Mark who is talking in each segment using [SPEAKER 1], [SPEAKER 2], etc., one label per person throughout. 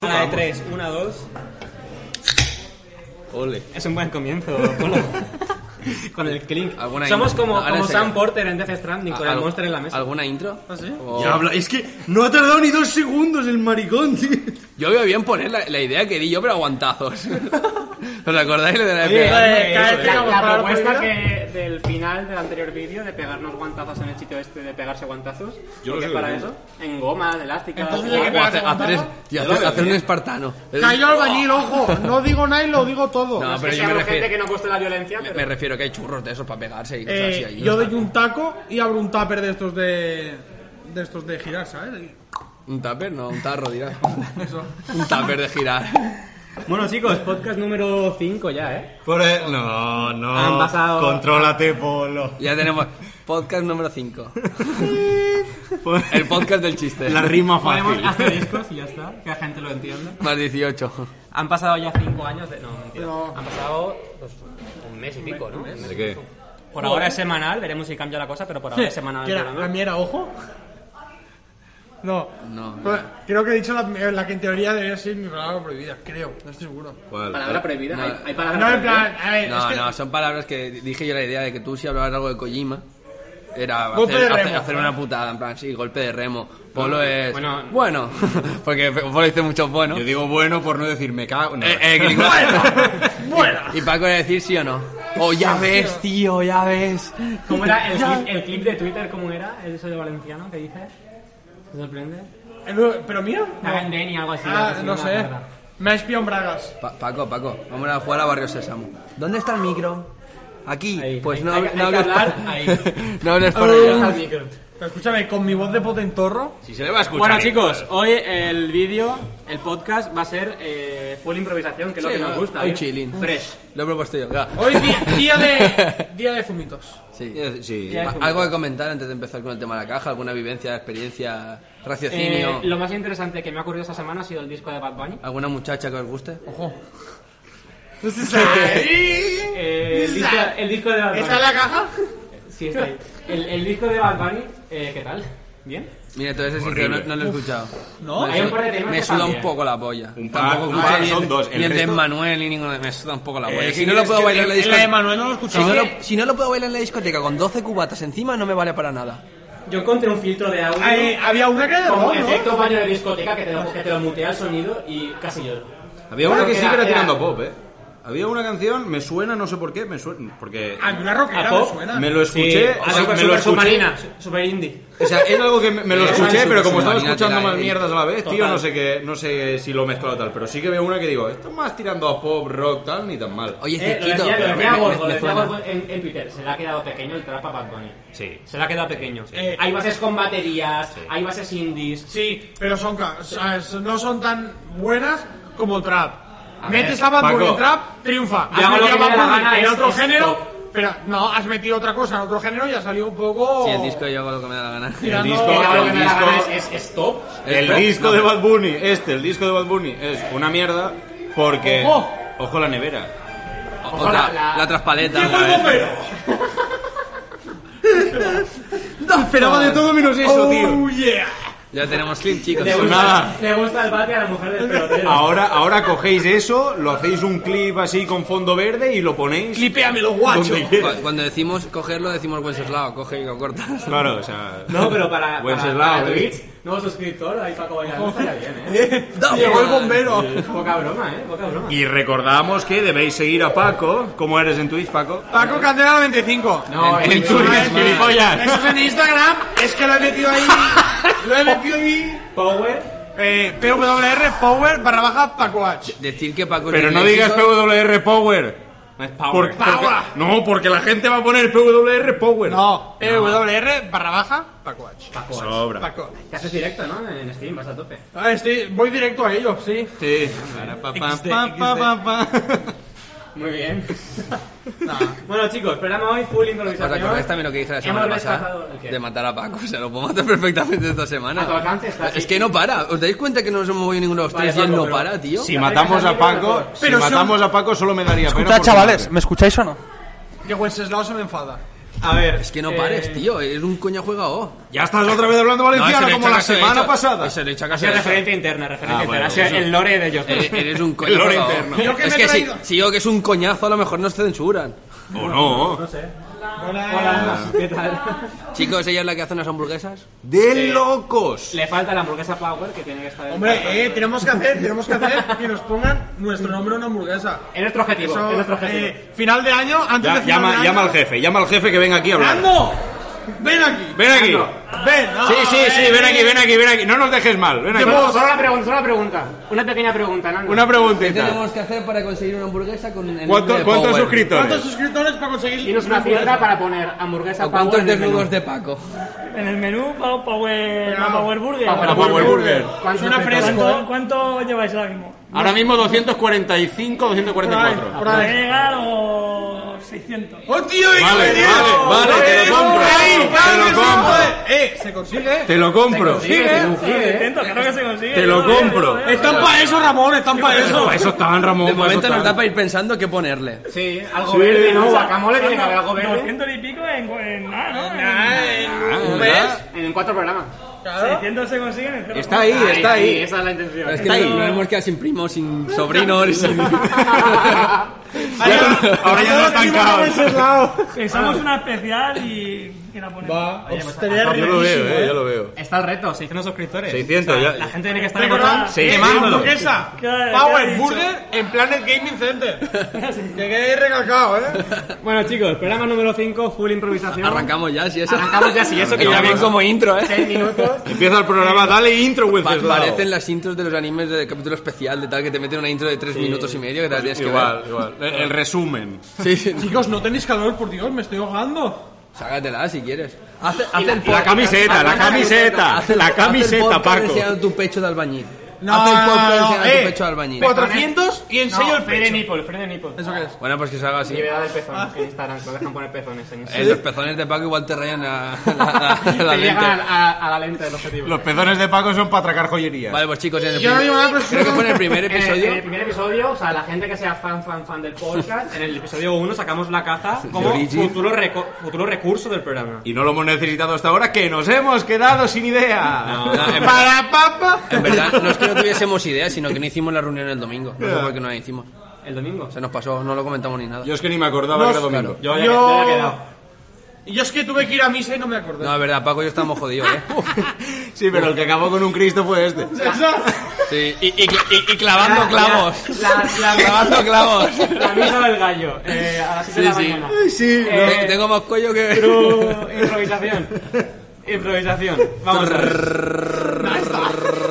[SPEAKER 1] Una de tres, una, dos.
[SPEAKER 2] Ole.
[SPEAKER 1] Es un buen comienzo, Polo. con el clink.
[SPEAKER 2] ¿Alguna
[SPEAKER 1] Somos
[SPEAKER 2] intro?
[SPEAKER 1] como,
[SPEAKER 2] Ahora
[SPEAKER 1] como
[SPEAKER 2] sé
[SPEAKER 1] Sam
[SPEAKER 2] que-
[SPEAKER 1] Porter en Death Stranding, con el
[SPEAKER 2] ¿Al-
[SPEAKER 1] monster en la mesa.
[SPEAKER 2] ¿Alguna intro?
[SPEAKER 1] ¿Ah, sí?
[SPEAKER 2] O-
[SPEAKER 3] Ya habla- Es que no ha tardado ni dos segundos el maricón, tío.
[SPEAKER 2] Yo veo bien poner la, la idea que di yo, pero aguantazos. ¿Os acordáis de la
[SPEAKER 1] Oye,
[SPEAKER 4] Eh,
[SPEAKER 2] idea?
[SPEAKER 1] joder.
[SPEAKER 4] La,
[SPEAKER 1] Vamos
[SPEAKER 4] la
[SPEAKER 1] para la
[SPEAKER 4] propuesta
[SPEAKER 1] primera.
[SPEAKER 4] que del final del anterior vídeo de pegarnos guantazos en el sitio este de pegarse guantazos.
[SPEAKER 3] Yo lo
[SPEAKER 4] ¿Qué
[SPEAKER 3] sé,
[SPEAKER 4] para
[SPEAKER 3] yo.
[SPEAKER 4] eso? En goma, de elástica.
[SPEAKER 5] Entonces,
[SPEAKER 4] guau,
[SPEAKER 5] ¿de qué
[SPEAKER 2] O
[SPEAKER 4] guau.
[SPEAKER 2] hacer, hacer es- tío, hacer- hacer un espartano.
[SPEAKER 5] Cayó el bañil, ojo. No digo nada y lo digo todo.
[SPEAKER 2] No,
[SPEAKER 4] No es
[SPEAKER 2] pero
[SPEAKER 4] que
[SPEAKER 2] yo me
[SPEAKER 4] seamos
[SPEAKER 2] refiero-
[SPEAKER 4] gente que no guste la violencia,
[SPEAKER 2] Me,
[SPEAKER 4] pero
[SPEAKER 2] me refiero que hay churros de esos para pegarse y cosas pues así.
[SPEAKER 5] Eh,
[SPEAKER 2] allí.
[SPEAKER 5] yo doy un taco y abro un tupper de estos de. de estos de girar, ¿sabes?
[SPEAKER 2] ¿Un tupper? No, un tarro, dirás.
[SPEAKER 5] Eso.
[SPEAKER 2] un tupper de girar.
[SPEAKER 1] Bueno, chicos, podcast número 5 ya, ¿eh?
[SPEAKER 3] Por el- No, no.
[SPEAKER 1] Han pasado-
[SPEAKER 3] Contrólate, Polo.
[SPEAKER 2] Ya tenemos podcast número 5.
[SPEAKER 3] Pon-
[SPEAKER 2] El podcast del chiste.
[SPEAKER 3] La rima
[SPEAKER 1] Ponemos
[SPEAKER 3] fácil.
[SPEAKER 1] asteriscos y ya está, que la gente lo entienda.
[SPEAKER 2] Más 18.
[SPEAKER 1] Han pasado ya 5 años de... No, mentira.
[SPEAKER 5] No.
[SPEAKER 1] Han pasado pues, un mes y pico, ¿no?
[SPEAKER 3] ¿De qué?
[SPEAKER 1] Por ahora es semanal, veremos si cambia la cosa, pero por ahora es semanal.
[SPEAKER 5] ¿Qué
[SPEAKER 1] el
[SPEAKER 5] ah, era?
[SPEAKER 1] programa.
[SPEAKER 5] ¿La mía era ojo? No.
[SPEAKER 2] No, no.
[SPEAKER 5] Pues, Creo que he dicho la, la que en teoría debería ser mi palabra prohibida. Creo, no estoy seguro.
[SPEAKER 4] Palabra prohibida.
[SPEAKER 2] No.
[SPEAKER 4] Hay, hay palabras
[SPEAKER 5] No, en
[SPEAKER 4] prohibidas.
[SPEAKER 5] plan, a ver, es
[SPEAKER 2] No,
[SPEAKER 5] que.
[SPEAKER 2] no, son palabras que dije yo la idea de que tú si hablabas algo de Kojima era
[SPEAKER 5] Golpe
[SPEAKER 2] hacer,
[SPEAKER 5] de
[SPEAKER 2] hacer-
[SPEAKER 5] remo.
[SPEAKER 2] hacer una putada, en plan, sí, golpe de remo. Polo es...
[SPEAKER 1] bueno.
[SPEAKER 2] Bueno, porque Polo dice muchos buenos.
[SPEAKER 3] Yo digo bueno por no decir me cago. no.
[SPEAKER 2] Eh, eh, gringo.
[SPEAKER 5] Bueno.
[SPEAKER 2] Y Paco era decir sí o no. Oh, ya ves, tío, ya ves.
[SPEAKER 1] ¿Cómo era el clip, el clip de Twitter? ¿Cómo era? Eso de Valenciano que dices. ¿Te sorprende?
[SPEAKER 5] Eh, ¿Pero mía?
[SPEAKER 1] La Gandeni, algo así.
[SPEAKER 5] Ah,
[SPEAKER 1] así,
[SPEAKER 5] no
[SPEAKER 1] una
[SPEAKER 5] sé.
[SPEAKER 1] mierda.
[SPEAKER 5] Me ha espiado en Bragas.
[SPEAKER 2] Pa- Paco, Paco, vamos a jugar a Barrio Sésamo. ¿Dónde está el micro? Aquí.
[SPEAKER 1] Ahí,
[SPEAKER 2] pues
[SPEAKER 1] ahí.
[SPEAKER 2] no,
[SPEAKER 1] Hay que-
[SPEAKER 2] no
[SPEAKER 1] hay que
[SPEAKER 2] hables
[SPEAKER 1] hablar
[SPEAKER 2] pa-
[SPEAKER 1] ahí.
[SPEAKER 2] no hables para
[SPEAKER 5] Ahí está
[SPEAKER 2] allá.
[SPEAKER 5] el micro. Pero escúchame, con mi voz de potentorro.
[SPEAKER 3] Si se le va a escuchar. eh.
[SPEAKER 1] Bueno chicos, hoy el vídeo, el podcast va a ser eh, full improvisación, que es lo
[SPEAKER 2] Sí,
[SPEAKER 1] que nos
[SPEAKER 2] no,
[SPEAKER 1] gusta.
[SPEAKER 2] hoy
[SPEAKER 1] ¿eh?
[SPEAKER 2] chilling.
[SPEAKER 1] Fresh.
[SPEAKER 2] Lo he propuesto yo. claro.
[SPEAKER 5] Hoy día, día de. Día de fumitos.
[SPEAKER 2] Sí.
[SPEAKER 3] Eh, Sí.
[SPEAKER 1] Ya.
[SPEAKER 2] A- ¿Algo que comentar antes de empezar con el tema de la caja? ¿Alguna vivencia, experiencia,
[SPEAKER 1] Eh,
[SPEAKER 2] raciocinio?
[SPEAKER 1] lo más interesante que me ha ocurrido esta semana ha sido el disco de Bad Bunny.
[SPEAKER 2] ¿Alguna muchacha que os guste?
[SPEAKER 5] Ojo.
[SPEAKER 1] Eh, el, disco, el disco de Bad Bunny.
[SPEAKER 5] ¿Esa es la caja?
[SPEAKER 1] Sí, está ahí. El, el disco de Bad Bunny, eh, ¿qué tal? ¿Bien?
[SPEAKER 2] Mira, te voy a ser sincero, no, no lo he escuchado.
[SPEAKER 5] No.
[SPEAKER 2] Me
[SPEAKER 1] Hay un
[SPEAKER 2] su-
[SPEAKER 1] par de temas
[SPEAKER 2] Me
[SPEAKER 1] que
[SPEAKER 2] suda
[SPEAKER 1] están
[SPEAKER 2] un
[SPEAKER 1] bien.
[SPEAKER 2] poco la polla.
[SPEAKER 3] Un par,
[SPEAKER 2] Tampoco-
[SPEAKER 3] un par,
[SPEAKER 2] ni-
[SPEAKER 3] son dos. El
[SPEAKER 2] Ni el de
[SPEAKER 3] resto-
[SPEAKER 2] Manuel ni ninguno de... Me suda un poco la polla.
[SPEAKER 3] Eh,
[SPEAKER 2] Pues si
[SPEAKER 3] ¿qué
[SPEAKER 2] no lo
[SPEAKER 3] quieres
[SPEAKER 2] puedo
[SPEAKER 3] que
[SPEAKER 2] bailar en la
[SPEAKER 3] te-
[SPEAKER 5] La de
[SPEAKER 2] discoteca...
[SPEAKER 5] Manuel no lo he
[SPEAKER 2] Si no,
[SPEAKER 5] escuchado. Eh,
[SPEAKER 2] lo, si no lo puedo bailar en la discoteca con 12 cubatas encima, no me vale para nada.
[SPEAKER 1] Yo encontré un filtro de audio.
[SPEAKER 5] Ah, eh, había una que era de
[SPEAKER 1] Como
[SPEAKER 5] rock,
[SPEAKER 1] efecto
[SPEAKER 5] Ah, ¿no?
[SPEAKER 1] baño de discoteca que te, lo, que te lo mutea el sonido y casi lloro.
[SPEAKER 3] Había una
[SPEAKER 1] Claro,
[SPEAKER 3] que sí que
[SPEAKER 1] era-
[SPEAKER 3] era tirando a
[SPEAKER 1] era-
[SPEAKER 3] pop, eh. Había una canción, me suena, no sé por qué, me suena. Porque
[SPEAKER 5] A mí Ah, una rockera
[SPEAKER 1] ¿A
[SPEAKER 5] me
[SPEAKER 1] pop?
[SPEAKER 5] suena.
[SPEAKER 3] me lo escuché. o sea, me lo
[SPEAKER 1] super
[SPEAKER 3] escuché.
[SPEAKER 1] submarina, su- super indie.
[SPEAKER 3] O sea, es algo que me, me lo
[SPEAKER 2] Esa
[SPEAKER 3] escuché,
[SPEAKER 2] es
[SPEAKER 3] pero
[SPEAKER 2] una
[SPEAKER 3] como estaba
[SPEAKER 2] submarina,
[SPEAKER 3] escuchando
[SPEAKER 2] tela,
[SPEAKER 3] más
[SPEAKER 2] eh.
[SPEAKER 3] mierdas a la vez, tío,
[SPEAKER 1] Total.
[SPEAKER 3] no sé qué, no sé si lo he mezclado tal, pero sí que veo una que digo, esto es más tirando a pop, rock, tal, ni tan mal.
[SPEAKER 2] Oye,
[SPEAKER 1] Eh, lo decía,
[SPEAKER 2] Cirquito,
[SPEAKER 1] lo
[SPEAKER 2] me-
[SPEAKER 1] decía
[SPEAKER 2] me-
[SPEAKER 1] Gorgo,
[SPEAKER 2] me
[SPEAKER 1] lo decía
[SPEAKER 2] suena.
[SPEAKER 1] Gorgo en, en Twitter. Se le ha quedado pequeño el trap a Bad Bunny.
[SPEAKER 3] Sí.
[SPEAKER 1] Se le ha quedado pequeño.
[SPEAKER 5] Eh,
[SPEAKER 1] hay bases con baterías, hay bases indies.
[SPEAKER 5] Sí, pero son ca- o sea, no son tan buenas como el trap.
[SPEAKER 1] ver,
[SPEAKER 5] Metes a Bad Bunny
[SPEAKER 3] Paco.
[SPEAKER 5] en trap, triunfa.
[SPEAKER 1] Yo
[SPEAKER 5] Has
[SPEAKER 1] hago lo
[SPEAKER 5] metido
[SPEAKER 1] que
[SPEAKER 5] a
[SPEAKER 1] me dé la
[SPEAKER 5] Bad
[SPEAKER 1] gana,
[SPEAKER 5] Bunny en
[SPEAKER 1] es-
[SPEAKER 5] otro
[SPEAKER 1] es
[SPEAKER 5] género,
[SPEAKER 1] pop.
[SPEAKER 5] pero no, has metido otra cosa en otro género y ha salido un poco...
[SPEAKER 2] Si el disco yo hago lo que me da la gana.
[SPEAKER 3] El
[SPEAKER 5] tirando-
[SPEAKER 3] disco,
[SPEAKER 1] Que haga lo
[SPEAKER 3] el
[SPEAKER 1] que me da la
[SPEAKER 3] disco-
[SPEAKER 1] gana, es, es- es top.
[SPEAKER 3] El
[SPEAKER 2] Esto-
[SPEAKER 3] disco
[SPEAKER 2] no,
[SPEAKER 3] de
[SPEAKER 2] pero-
[SPEAKER 3] Bad Bunny, este, el disco de Bad Bunny, es una mierda porque...
[SPEAKER 5] Ojo.
[SPEAKER 3] Ojo la nevera.
[SPEAKER 2] Otra,
[SPEAKER 1] la-
[SPEAKER 2] la traspaleta.
[SPEAKER 5] ¡Llegó el bombero!
[SPEAKER 3] Esperaba de todo menos eso,
[SPEAKER 5] ¡Oh, yeah!
[SPEAKER 2] Ya tenemos clip, chicos.
[SPEAKER 1] Le gusta,
[SPEAKER 3] nada.
[SPEAKER 1] le gusta el bate a la mujer del pelotero.
[SPEAKER 3] Ahora, ahora cogéis eso, lo hacéis un clip así con fondo verde y lo ponéis...
[SPEAKER 5] ¡Clipéamelo, guacho!
[SPEAKER 3] donde quieras.
[SPEAKER 2] Cu- Cuando decimos cogerlo, decimos Wenceslao, coge y lo cortas.
[SPEAKER 3] Claro, o sea...
[SPEAKER 1] No, pero para, para,
[SPEAKER 3] Wenceslao,
[SPEAKER 1] para
[SPEAKER 3] ¿eh?
[SPEAKER 1] Twitch, nuevo suscriptor, ahí Paco Bayano estaría bien, ¿eh?
[SPEAKER 5] ¡Llegó el bombero!
[SPEAKER 1] Poca broma, ¿eh? Poca broma.
[SPEAKER 3] Y recordamos que debéis seguir a Paco. ¿Cómo eres en Twitch, Paco?
[SPEAKER 5] Paco Candela 25.
[SPEAKER 1] No,
[SPEAKER 2] En-
[SPEAKER 1] eh,
[SPEAKER 2] en Twitch,
[SPEAKER 1] eh,
[SPEAKER 3] gilipollas.
[SPEAKER 5] Eso es en Instagram, es que lo he metido ahí... Lo he metido ahí...
[SPEAKER 1] Power.
[SPEAKER 5] Eh, PWR Power barra baja Pacoach.
[SPEAKER 2] Decir que Paco
[SPEAKER 3] Pero
[SPEAKER 2] tiene
[SPEAKER 3] no digas
[SPEAKER 2] éxito-
[SPEAKER 3] PWR Power.
[SPEAKER 1] Es power.
[SPEAKER 3] Por- porque- no, porque la gente va a poner PWR Power.
[SPEAKER 6] No,
[SPEAKER 5] E
[SPEAKER 6] PWR barra baja, Pacoach.
[SPEAKER 3] Sobra.
[SPEAKER 6] Pacoach.
[SPEAKER 1] Te haces directo, ¿no? En Steam, vas a tope.
[SPEAKER 5] Ah, estoy, voy directo a ellos, sí.
[SPEAKER 3] Sí.
[SPEAKER 6] XD.
[SPEAKER 1] Muy bien.
[SPEAKER 6] Nah.
[SPEAKER 1] bueno, chicos, esperamos hoy full
[SPEAKER 2] ¿Os
[SPEAKER 1] improvisación.
[SPEAKER 2] acordáis también lo que dije la semana
[SPEAKER 1] Hemos
[SPEAKER 2] pasada?
[SPEAKER 1] rescatado- ¿el qué?
[SPEAKER 2] De matar a Paco. O sea, lo puedo matar perfectamente esta semana.
[SPEAKER 1] A tu alcance está,
[SPEAKER 2] Es
[SPEAKER 1] sí.
[SPEAKER 2] que no para. ¿Os dais cuenta que no nos hemos movido ninguno de los
[SPEAKER 1] Vale,
[SPEAKER 2] tres y él
[SPEAKER 1] Paco,
[SPEAKER 2] no
[SPEAKER 1] pero-
[SPEAKER 2] para, tío?
[SPEAKER 3] Si matamos a Paco, si
[SPEAKER 5] Pero son-
[SPEAKER 3] matamos a Paco solo me daría pena.
[SPEAKER 7] Escuchad,
[SPEAKER 3] porque-
[SPEAKER 7] chavales, ¿me escucháis o no?
[SPEAKER 5] Que Wenceslao se me enfada.
[SPEAKER 1] A ver.
[SPEAKER 2] Es que no
[SPEAKER 1] Eh.
[SPEAKER 2] pares, tío. Eres un coño juega O.
[SPEAKER 3] Ya estás otra vez hablando valenciano
[SPEAKER 2] No, se lo he
[SPEAKER 3] como
[SPEAKER 2] hecho
[SPEAKER 3] la
[SPEAKER 2] a- se lo he
[SPEAKER 3] semana
[SPEAKER 2] hecho-
[SPEAKER 3] pasada.
[SPEAKER 2] Se lo he hecho a
[SPEAKER 1] Ha
[SPEAKER 2] casi.
[SPEAKER 1] sido referente interna, referente
[SPEAKER 3] Ah,
[SPEAKER 1] interna.
[SPEAKER 3] bueno,
[SPEAKER 1] Ha sido
[SPEAKER 3] eso.
[SPEAKER 1] el lore de ellos.
[SPEAKER 2] Eres pues Eh, eres un coño
[SPEAKER 3] lore
[SPEAKER 2] juega O.
[SPEAKER 3] interno.
[SPEAKER 5] Yo que me
[SPEAKER 2] Es
[SPEAKER 5] he
[SPEAKER 2] que si,
[SPEAKER 5] traído-
[SPEAKER 2] si digo que es un coñazo, a lo mejor nos censuran.
[SPEAKER 3] O Oh, no.
[SPEAKER 1] Hola, ¿qué tal?
[SPEAKER 2] Chicos, ella es la que hace unas hamburguesas.
[SPEAKER 3] De locos.
[SPEAKER 1] Le falta la hamburguesa Power que tiene que estar. en-
[SPEAKER 5] Hombre, eh, tenemos que hacer, tenemos que hacer que nos pongan nuestro nombre en una hamburguesa.
[SPEAKER 1] Es nuestro objetivo.
[SPEAKER 5] Eso,
[SPEAKER 1] es nuestro objetivo.
[SPEAKER 5] eh, final de año, antes de
[SPEAKER 3] Ya-
[SPEAKER 5] final de
[SPEAKER 3] llama,
[SPEAKER 5] año-
[SPEAKER 3] llama al jefe, llama al jefe que venga aquí a hablar.
[SPEAKER 5] ¡Nando! ¡Ven aquí!
[SPEAKER 3] Ven aquí.
[SPEAKER 5] ¡Ven! no,
[SPEAKER 3] Sí, sí, sí, ven aquí, ven aquí, ven aquí. No nos dejes mal, ven aquí.
[SPEAKER 1] Solo una pregunta, solo una pregunta. Una pequeña pregunta, Nando.
[SPEAKER 3] Una preguntita.
[SPEAKER 2] tenemos que hacer para conseguir una hamburguesa con el
[SPEAKER 3] ¿Cuánto- ¿Cuántos
[SPEAKER 5] ¿Cuántos
[SPEAKER 3] suscriptores?
[SPEAKER 5] suscriptores para conseguir
[SPEAKER 1] Dinos una cifra para poner hamburguesa
[SPEAKER 2] ¿O
[SPEAKER 1] Power. en
[SPEAKER 2] cuántos
[SPEAKER 1] el menú.
[SPEAKER 2] desnudos de Paco?
[SPEAKER 8] En el menú, pa- Power,
[SPEAKER 5] Venga,
[SPEAKER 8] Power Burger.
[SPEAKER 3] Para Power Burger.
[SPEAKER 1] ¿Cuántos
[SPEAKER 5] Suena
[SPEAKER 1] suscriptores?
[SPEAKER 5] fresco.
[SPEAKER 8] ¿Cuánto, cuánto lleváis ahora mismo?
[SPEAKER 3] Ahora mismo 245,
[SPEAKER 5] por ahí?
[SPEAKER 3] 244.
[SPEAKER 5] Por
[SPEAKER 8] ¿Para
[SPEAKER 5] ahí.
[SPEAKER 8] llegar o 600?
[SPEAKER 5] ¡Oh, tío!
[SPEAKER 3] Vale,
[SPEAKER 5] ¿y qué me
[SPEAKER 3] vale,
[SPEAKER 5] dieron?
[SPEAKER 3] vale, te lo
[SPEAKER 5] ¡Eh,
[SPEAKER 3] compro,
[SPEAKER 5] ahí,
[SPEAKER 3] te lo
[SPEAKER 5] claro que sí,
[SPEAKER 3] compro.
[SPEAKER 5] joder. ¡Eh! ¿Se consigue?
[SPEAKER 3] Te lo compro.
[SPEAKER 2] Eh,
[SPEAKER 5] ¿eh?
[SPEAKER 8] Intento, claro que se consigue.
[SPEAKER 3] Te lo
[SPEAKER 8] Yo veo,
[SPEAKER 3] compro.
[SPEAKER 8] yo veo.
[SPEAKER 5] Están para eso, Ramón, están para eso.
[SPEAKER 3] Para eso estaban, Ramón.
[SPEAKER 2] De
[SPEAKER 3] para eso
[SPEAKER 2] momento nos da
[SPEAKER 3] estaban.
[SPEAKER 2] para ir pensando qué ponerle.
[SPEAKER 1] Sí, algo verde, ¿no? Guacamole tiene que haber algo verde.
[SPEAKER 8] 200 y pico en, en nada, ¿no? En-
[SPEAKER 5] ¿eh?
[SPEAKER 3] Ah,
[SPEAKER 1] En cuatro programas.
[SPEAKER 8] 600 se consiguen en cero.
[SPEAKER 3] Está ahí, está
[SPEAKER 1] sí,
[SPEAKER 3] ahí.
[SPEAKER 1] esa es la intención.
[SPEAKER 2] Pero es que
[SPEAKER 3] Está ahí.
[SPEAKER 2] no, no hemos quedado sin primos, sin sobrinos, sin...
[SPEAKER 3] Ahora ya no están
[SPEAKER 5] caos.
[SPEAKER 8] Pensamos una especial y, y la ponemos.
[SPEAKER 3] Yo
[SPEAKER 5] Estaría
[SPEAKER 3] lo veo,
[SPEAKER 5] riquísimo,
[SPEAKER 3] eh, yo lo veo.
[SPEAKER 1] Está el reto, 600 suscriptores.
[SPEAKER 3] 600
[SPEAKER 1] O sea,
[SPEAKER 3] ya.
[SPEAKER 1] La gente tiene que estar
[SPEAKER 5] Recordad,
[SPEAKER 1] votando.
[SPEAKER 3] Sí.
[SPEAKER 5] que más hamburguesa.
[SPEAKER 8] ¿Qué ha- qué ha
[SPEAKER 5] Power
[SPEAKER 8] dicho?
[SPEAKER 5] Burger en Planet Gaming Center. Que quede recalcado, ¿eh?
[SPEAKER 1] Bueno, chicos, programa número 5, full improvisación.
[SPEAKER 2] Arrancamos ya, si eso...
[SPEAKER 1] Arrancamos ya, sí, eso que
[SPEAKER 2] Está
[SPEAKER 1] ya
[SPEAKER 2] bien
[SPEAKER 1] vamos.
[SPEAKER 2] como intro, ¿eh?
[SPEAKER 1] 6 minutos.
[SPEAKER 3] Empieza el programa, dale intro,
[SPEAKER 2] Pa-
[SPEAKER 3] Wenceslao.
[SPEAKER 2] parecen las intros de los animes de capítulo especial, de tal que te meten una intro de tres minutos y medio que te la tienes que
[SPEAKER 3] Igual, igual. El el resumen.
[SPEAKER 2] ver. Sí, sí.
[SPEAKER 5] Chicos, no tenéis calor, por Dios, me estoy ahogando.
[SPEAKER 2] Sácatela si quieres. Hace, hace el po-
[SPEAKER 3] La camiseta, la camiseta.
[SPEAKER 2] hace el-
[SPEAKER 3] La
[SPEAKER 2] hace el
[SPEAKER 3] camiseta,
[SPEAKER 2] podcast
[SPEAKER 3] Paco.
[SPEAKER 2] enseñando tu pecho de albañil.
[SPEAKER 5] No,
[SPEAKER 2] hace el podcast
[SPEAKER 5] no, no,
[SPEAKER 2] enseñando
[SPEAKER 5] eh.
[SPEAKER 2] tu pecho de albañil.
[SPEAKER 5] 400 y enseño el
[SPEAKER 1] Free de
[SPEAKER 5] pecho.
[SPEAKER 1] nipple, free de nipple.
[SPEAKER 5] ¿Eso qué es?
[SPEAKER 2] Bueno, pues que se haga así.
[SPEAKER 1] Liberada del pezón, que en Instagram, lo dejan poner pezones. En
[SPEAKER 2] Eh, los pezones de Paco igual te rayan la, la- la- la
[SPEAKER 1] Te
[SPEAKER 2] lente.
[SPEAKER 1] llegan a, a la lente del objetivo.
[SPEAKER 3] Los pezones de Paco son para atracar joyería.
[SPEAKER 2] Vale, pues chicos, en el
[SPEAKER 5] Yo no
[SPEAKER 2] primer-
[SPEAKER 5] digo nada, pero es
[SPEAKER 2] creo que fue en el
[SPEAKER 5] eh,
[SPEAKER 2] primer
[SPEAKER 1] En el- En el,
[SPEAKER 2] episodio.
[SPEAKER 1] Eh, primer episodio, o sea, la gente que sea fan, fan, fan del podcast, en el episodio 1 sacamos la caza como
[SPEAKER 2] Origin.
[SPEAKER 1] futuro, reco- futuro recurso del programa.
[SPEAKER 3] Y no lo hemos necesitado hasta ahora, que nos hemos quedado sin idea.
[SPEAKER 2] no, en-
[SPEAKER 3] Para papa.
[SPEAKER 2] En verdad, no es que no tuviésemos idea, sino que no hicimos la reunión el domingo. No sé por qué no la hicimos.
[SPEAKER 1] El domingo.
[SPEAKER 2] Se nos pasó, no lo comentamos ni nada.
[SPEAKER 3] Yo es que ni me acordaba que era domingo.
[SPEAKER 1] Yo ya,
[SPEAKER 5] Yo-
[SPEAKER 1] yo ya he quedado.
[SPEAKER 5] Yo es que tuve que ir a misa y no me acordé.
[SPEAKER 2] No, es verdad, Paco y yo estábamos jodidos, ¿eh?
[SPEAKER 3] Sí, pero el que acabó con un Cristo fue este.
[SPEAKER 2] Sí, y, y- y- y clavando
[SPEAKER 1] La-
[SPEAKER 2] clavos.
[SPEAKER 1] La, la,
[SPEAKER 2] Clavando clavos.
[SPEAKER 1] la misa del gallo, eh, a las 7 de la
[SPEAKER 2] Sí, sí.
[SPEAKER 1] mañana.
[SPEAKER 3] Sí.
[SPEAKER 1] Eh,
[SPEAKER 2] Tengo más cuello que...
[SPEAKER 1] pero- improvisación. Improvisación. Vamos a ver.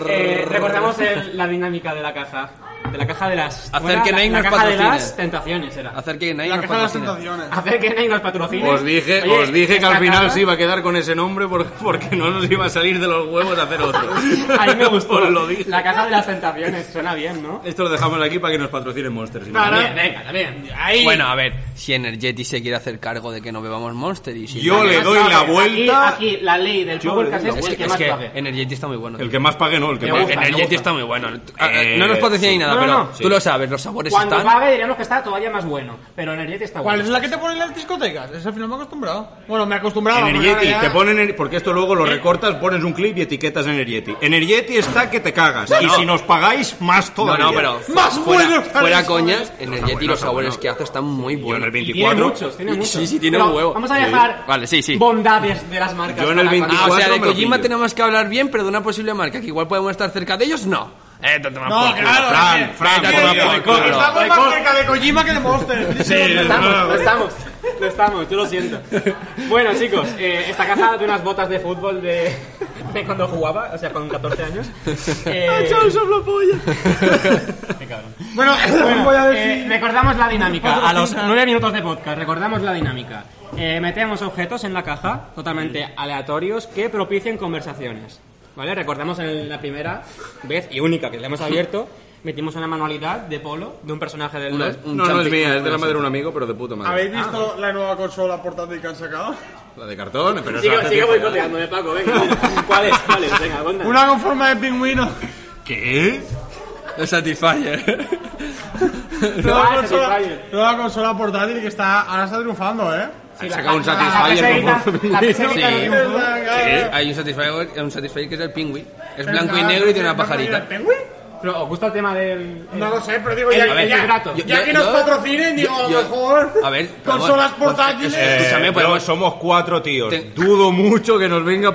[SPEAKER 1] Eh, recordamos el- la dinámica de la caja. De la caja de las...
[SPEAKER 2] Hacer
[SPEAKER 1] ¿cómo era?
[SPEAKER 2] que
[SPEAKER 1] La-
[SPEAKER 2] Nike
[SPEAKER 1] La
[SPEAKER 2] nos
[SPEAKER 1] caja de
[SPEAKER 2] patrocine.
[SPEAKER 1] las tentaciones era.
[SPEAKER 2] Hacer que nadie
[SPEAKER 5] La
[SPEAKER 2] nos
[SPEAKER 5] caja de las
[SPEAKER 2] patrocine.
[SPEAKER 5] tentaciones.
[SPEAKER 1] Hacer que Nike nos patrocine.
[SPEAKER 3] Os dije,
[SPEAKER 1] Oye,
[SPEAKER 3] os dije que
[SPEAKER 1] esta
[SPEAKER 3] al final
[SPEAKER 1] caja-
[SPEAKER 3] se iba a quedar con ese nombre por- porque no nos iba a salir de los huevos hacer otro.
[SPEAKER 1] A mí me gustó.
[SPEAKER 3] Os lo dije.
[SPEAKER 1] La caja de las tentaciones, suena bien, ¿no?
[SPEAKER 3] Esto lo dejamos aquí para que nos patrocinen Monsters. si no. ¿eh?
[SPEAKER 1] También, venga, también. Ahí.
[SPEAKER 2] Bueno, a ver, si Energeti se quiere hacer cargo de que no bebamos Monster y si...
[SPEAKER 3] Yo le doy la
[SPEAKER 1] Aquí-
[SPEAKER 3] vuelta.
[SPEAKER 1] Aquí, la ley del podcast es,
[SPEAKER 2] Es
[SPEAKER 1] el
[SPEAKER 2] que,
[SPEAKER 1] que
[SPEAKER 2] es
[SPEAKER 1] más
[SPEAKER 2] que
[SPEAKER 1] pague.
[SPEAKER 2] Energeti está muy bueno.
[SPEAKER 3] El que más pague, no, el que
[SPEAKER 1] Me
[SPEAKER 3] más.
[SPEAKER 1] gusta.
[SPEAKER 2] Energeti está muy bueno. Eh, no nos patrocina ni nada,
[SPEAKER 1] No, no,
[SPEAKER 2] pero
[SPEAKER 1] no.
[SPEAKER 2] tú lo sabes, los sabores
[SPEAKER 1] Cuando
[SPEAKER 2] están...
[SPEAKER 1] pague diríamos que está todavía más bueno, pero en el está
[SPEAKER 5] ¿Cuál es
[SPEAKER 1] bueno.
[SPEAKER 5] la que te ponen en las discotecas? Esa al final me he acostumbrado. Bueno, me he acostumbrado. pero
[SPEAKER 3] Energeti,
[SPEAKER 5] ahora ya-
[SPEAKER 3] te ponen en- porque esto luego lo
[SPEAKER 2] Eh.
[SPEAKER 3] recortas, pones un clip y etiquetas Energeti. Energeti está que te cagas. y
[SPEAKER 2] no.
[SPEAKER 3] si nos pagáis, más
[SPEAKER 2] No,
[SPEAKER 3] todavía.
[SPEAKER 2] no, pero
[SPEAKER 5] Más
[SPEAKER 2] fuera,
[SPEAKER 5] buenos para
[SPEAKER 2] fuera
[SPEAKER 5] los
[SPEAKER 2] coñas,
[SPEAKER 5] sabores.
[SPEAKER 2] Energeti y los sabores que hace están muy
[SPEAKER 3] Yo en el
[SPEAKER 2] buenos.
[SPEAKER 1] Y tiene
[SPEAKER 3] 24.
[SPEAKER 1] muchos, tiene muchos.
[SPEAKER 2] Sí, sí, tiene
[SPEAKER 1] Pero
[SPEAKER 2] un huevo.
[SPEAKER 1] Vamos a dejar
[SPEAKER 2] Vale, sí, sí.
[SPEAKER 1] bondades de las marcas.
[SPEAKER 3] Yo en el
[SPEAKER 1] para-
[SPEAKER 3] 24.
[SPEAKER 2] Ah, o sea,
[SPEAKER 3] Cuatro
[SPEAKER 2] de
[SPEAKER 3] me lo
[SPEAKER 2] Kojima
[SPEAKER 3] pillo.
[SPEAKER 2] tenemos que hablar bien, pero de una posible marca que igual podemos estar cerca de ellos, no. Eh, te tomas por
[SPEAKER 5] No,
[SPEAKER 2] culo.
[SPEAKER 5] claro.
[SPEAKER 3] Fran, Fran,
[SPEAKER 2] Vete a
[SPEAKER 3] por
[SPEAKER 2] tomar
[SPEAKER 3] favor,
[SPEAKER 2] por culo.
[SPEAKER 3] claro.
[SPEAKER 5] Estamos más cerca de Kojima que de Monster.
[SPEAKER 3] Sí,
[SPEAKER 1] No estamos, no estamos, no estamos, yo lo siento. Bueno, chicos, eh, esta caja de unas botas de fútbol de, de cuando jugaba, o sea, con 14 años. Eh, ¡Chau, la polla! Qué cabrón.
[SPEAKER 5] Bueno,
[SPEAKER 1] Bueno,
[SPEAKER 5] Pues voy a ver
[SPEAKER 1] eh,
[SPEAKER 5] si.
[SPEAKER 1] Recordamos la dinámica. A los
[SPEAKER 5] Patrocina.
[SPEAKER 1] 9 minutos de podcast, recordamos la dinámica. Eh, metemos objetos en la caja, totalmente aleatorios, que propicien conversaciones. ¿Vale? Recordamos en la primera vez y única que le hemos abierto, metimos una manualidad de polo de un personaje del
[SPEAKER 2] Una-
[SPEAKER 1] LoL.
[SPEAKER 2] un
[SPEAKER 3] No, no es
[SPEAKER 2] champi-
[SPEAKER 3] mía, es de la madre de un amigo, pero de puta madre.
[SPEAKER 5] ¿Habéis visto la nueva consola portátil que han sacado?
[SPEAKER 3] La de cartón, pero
[SPEAKER 1] Sigue,
[SPEAKER 3] esa ¿Eh? hace
[SPEAKER 1] sigue
[SPEAKER 3] tiempo ya.
[SPEAKER 1] boicoteándome, Paco, venga. ¿Cuál es? ¿Cuál es? Venga, cuéntanos.
[SPEAKER 5] Una con forma de pingüino.
[SPEAKER 3] ¿Qué?
[SPEAKER 2] El Satisfyer.
[SPEAKER 1] Ah,
[SPEAKER 5] Nueva
[SPEAKER 1] ese
[SPEAKER 5] consola,
[SPEAKER 1] Satisfyer.
[SPEAKER 5] nueva consola portátil que está, ahora está triunfando, ¿eh?
[SPEAKER 2] Han sacado un
[SPEAKER 1] la- la
[SPEAKER 2] Satisfyer
[SPEAKER 1] pesadita-
[SPEAKER 2] con
[SPEAKER 1] la
[SPEAKER 2] pingüino.
[SPEAKER 1] pesadita
[SPEAKER 2] Sí.
[SPEAKER 1] de
[SPEAKER 5] Es la-
[SPEAKER 2] Sí, Hay un Satisfyer, un Satisfyer que es el pingüi. Es blanco y negro y tiene una pajarita.
[SPEAKER 1] Pero, ¿Os gusta el tema del...?
[SPEAKER 5] No lo sé, pero digo,
[SPEAKER 1] El-
[SPEAKER 5] ya,
[SPEAKER 1] a ver,
[SPEAKER 5] ya-
[SPEAKER 1] vibrato.
[SPEAKER 2] yo-
[SPEAKER 5] ya
[SPEAKER 2] yo-
[SPEAKER 5] que nos
[SPEAKER 2] yo-
[SPEAKER 5] patrocinen, digo, a lo
[SPEAKER 2] yo-
[SPEAKER 5] mejor.
[SPEAKER 2] a ver, pero
[SPEAKER 5] consolas
[SPEAKER 2] bueno,
[SPEAKER 5] portátiles.
[SPEAKER 2] es- es- Escúchame,
[SPEAKER 3] Eh,
[SPEAKER 2] podemos-
[SPEAKER 3] no, somos cuatro tíos.
[SPEAKER 2] Ten-
[SPEAKER 3] Dudo mucho que nos venga a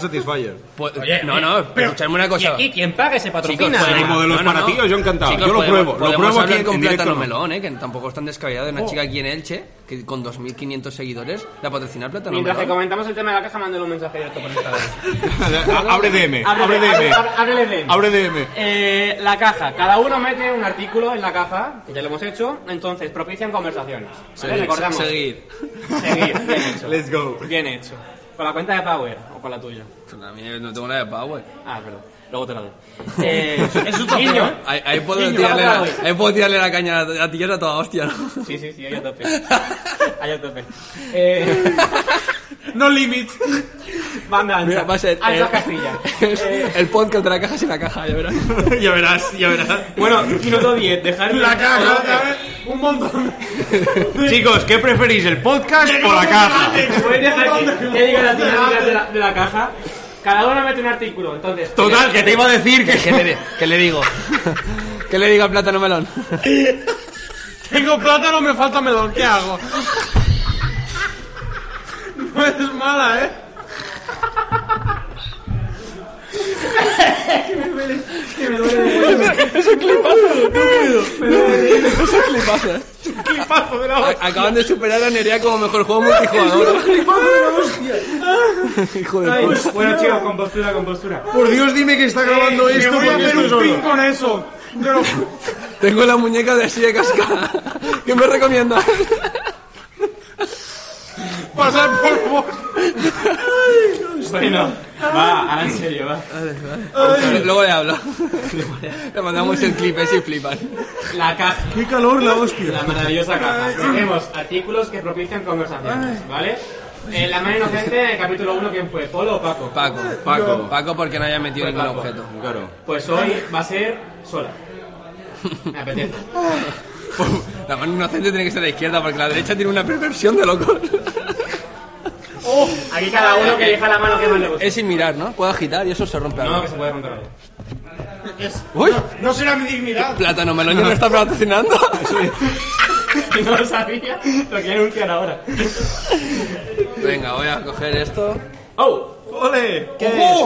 [SPEAKER 3] Satisfyer.
[SPEAKER 2] Po- pues, no, no, pero escuchadme una cosa.
[SPEAKER 1] ¿Y quien pague se
[SPEAKER 2] Chicos,
[SPEAKER 1] patrocina?
[SPEAKER 2] podemos-
[SPEAKER 3] hay modelos para ti, yo encantado. Yo lo
[SPEAKER 2] podemos-
[SPEAKER 3] pruebo, lo
[SPEAKER 2] podemos
[SPEAKER 3] pruebo
[SPEAKER 2] hablar
[SPEAKER 3] aquí en-
[SPEAKER 2] con
[SPEAKER 3] en directo,
[SPEAKER 2] Plátano
[SPEAKER 3] ¿no?
[SPEAKER 2] Melón, eh, que tampoco es tan descabellado. Una chica aquí en Elche, que con 2.500 seguidores, la patrocina Plátano
[SPEAKER 1] Mientras que
[SPEAKER 2] Melón.
[SPEAKER 1] comentamos el tema de la caja, mándale un mensaje directo por esta vez.
[SPEAKER 3] Abre DM, abre DM.
[SPEAKER 1] Ábrele DM.
[SPEAKER 3] Abre DM.
[SPEAKER 1] Eh, la caja. Cada uno mete un artículo en la caja, que ya lo hemos hecho, entonces propician conversaciones. ¿vale?
[SPEAKER 2] Seguid,
[SPEAKER 1] Recordamos.
[SPEAKER 2] seguid.
[SPEAKER 1] Seguir, bien hecho.
[SPEAKER 3] Let's go.
[SPEAKER 1] Bien hecho. Con la cuenta de Power o con la tuya.
[SPEAKER 2] Pues a mí No tengo la de Power.
[SPEAKER 1] Ah, perdón. Luego te la doy. Eh, es un
[SPEAKER 2] Ahí, ahí puedo
[SPEAKER 1] Niño,
[SPEAKER 2] tirarle
[SPEAKER 1] ahora
[SPEAKER 2] la,
[SPEAKER 1] voy.
[SPEAKER 2] ahí puedo tirarle la caña a, a ti y a toda hostia, ¿no?
[SPEAKER 1] Sí, sí, sí, ahí a tope. Ahí a tope. Eh,
[SPEAKER 5] No limits.
[SPEAKER 1] banda ancha.
[SPEAKER 2] Mira, va a ser.
[SPEAKER 1] Ancha
[SPEAKER 2] eh,
[SPEAKER 1] Castilla.
[SPEAKER 2] es el podcast de la caja sin la caja, ya verás.
[SPEAKER 3] ya verás, ya verás.
[SPEAKER 1] Bueno, minuto 10, dejar
[SPEAKER 5] La caja, ¿sabes? Un montón.
[SPEAKER 3] Chicos, ¿qué preferís, el podcast o la caja?
[SPEAKER 1] Puedes dejar que que diga las dinámicas de la, de la caja. Cada uno mete un artículo, entonces.
[SPEAKER 3] Total, que te iba a decir que...
[SPEAKER 2] ¿Qué le, qué le digo? ¿Qué le digo a Plátano Melón?
[SPEAKER 5] Tengo plátano, me falta melón. ¿Qué hago? No es mala, ¿eh?
[SPEAKER 2] A- Acaban de superar a Nerea como mejor juego multijugador. Hijo de puta.
[SPEAKER 1] Bueno, chicos, con postura, con postura.
[SPEAKER 3] Por Dios, dime que está grabando
[SPEAKER 5] Me
[SPEAKER 3] esto
[SPEAKER 5] voy a
[SPEAKER 3] porque
[SPEAKER 5] hacer
[SPEAKER 3] estoy
[SPEAKER 5] un
[SPEAKER 3] solo.
[SPEAKER 5] pin con eso. Pero
[SPEAKER 2] Tengo la muñeca de así de cascada. ¿Qué me recomiendas?
[SPEAKER 5] pasar por vos. Pues
[SPEAKER 1] Bueno, va, ahora en serio, va.
[SPEAKER 2] Luego le hablo. Le mandamos el clip ese y flipan.
[SPEAKER 1] La caja.
[SPEAKER 5] Qué calor la hostia.
[SPEAKER 1] La maravillosa caja. Tenemos artículos que propician conversaciones, ¿vale? Eh, la mano inocente, capítulo 1, ¿quién fue? ¿Polo o Paco?
[SPEAKER 2] Paco.
[SPEAKER 3] Paco.
[SPEAKER 2] Paco porque no haya metido ningún
[SPEAKER 1] Paco.
[SPEAKER 2] objeto.
[SPEAKER 3] Claro.
[SPEAKER 1] Pues hoy va a ser sola. Me apetece.
[SPEAKER 2] La mano inocente tiene que ser a la izquierda porque la derecha tiene una perversión de locos.
[SPEAKER 1] Aquí cada uno que elija la mano que más le guste.
[SPEAKER 2] Es sin mirar, ¿no? Puede agitar y eso se rompe
[SPEAKER 1] No,
[SPEAKER 2] algo.
[SPEAKER 1] que se puede controlar.
[SPEAKER 2] ¡Uy!
[SPEAKER 5] No será mi dignidad.
[SPEAKER 2] Plátano Melón ya me está patrocinando.
[SPEAKER 1] Si no lo sabía, lo quiero anunciar ahora.
[SPEAKER 2] Venga, voy a coger esto.
[SPEAKER 1] ¡Oh!
[SPEAKER 3] ¡Ole! ¿Qué es?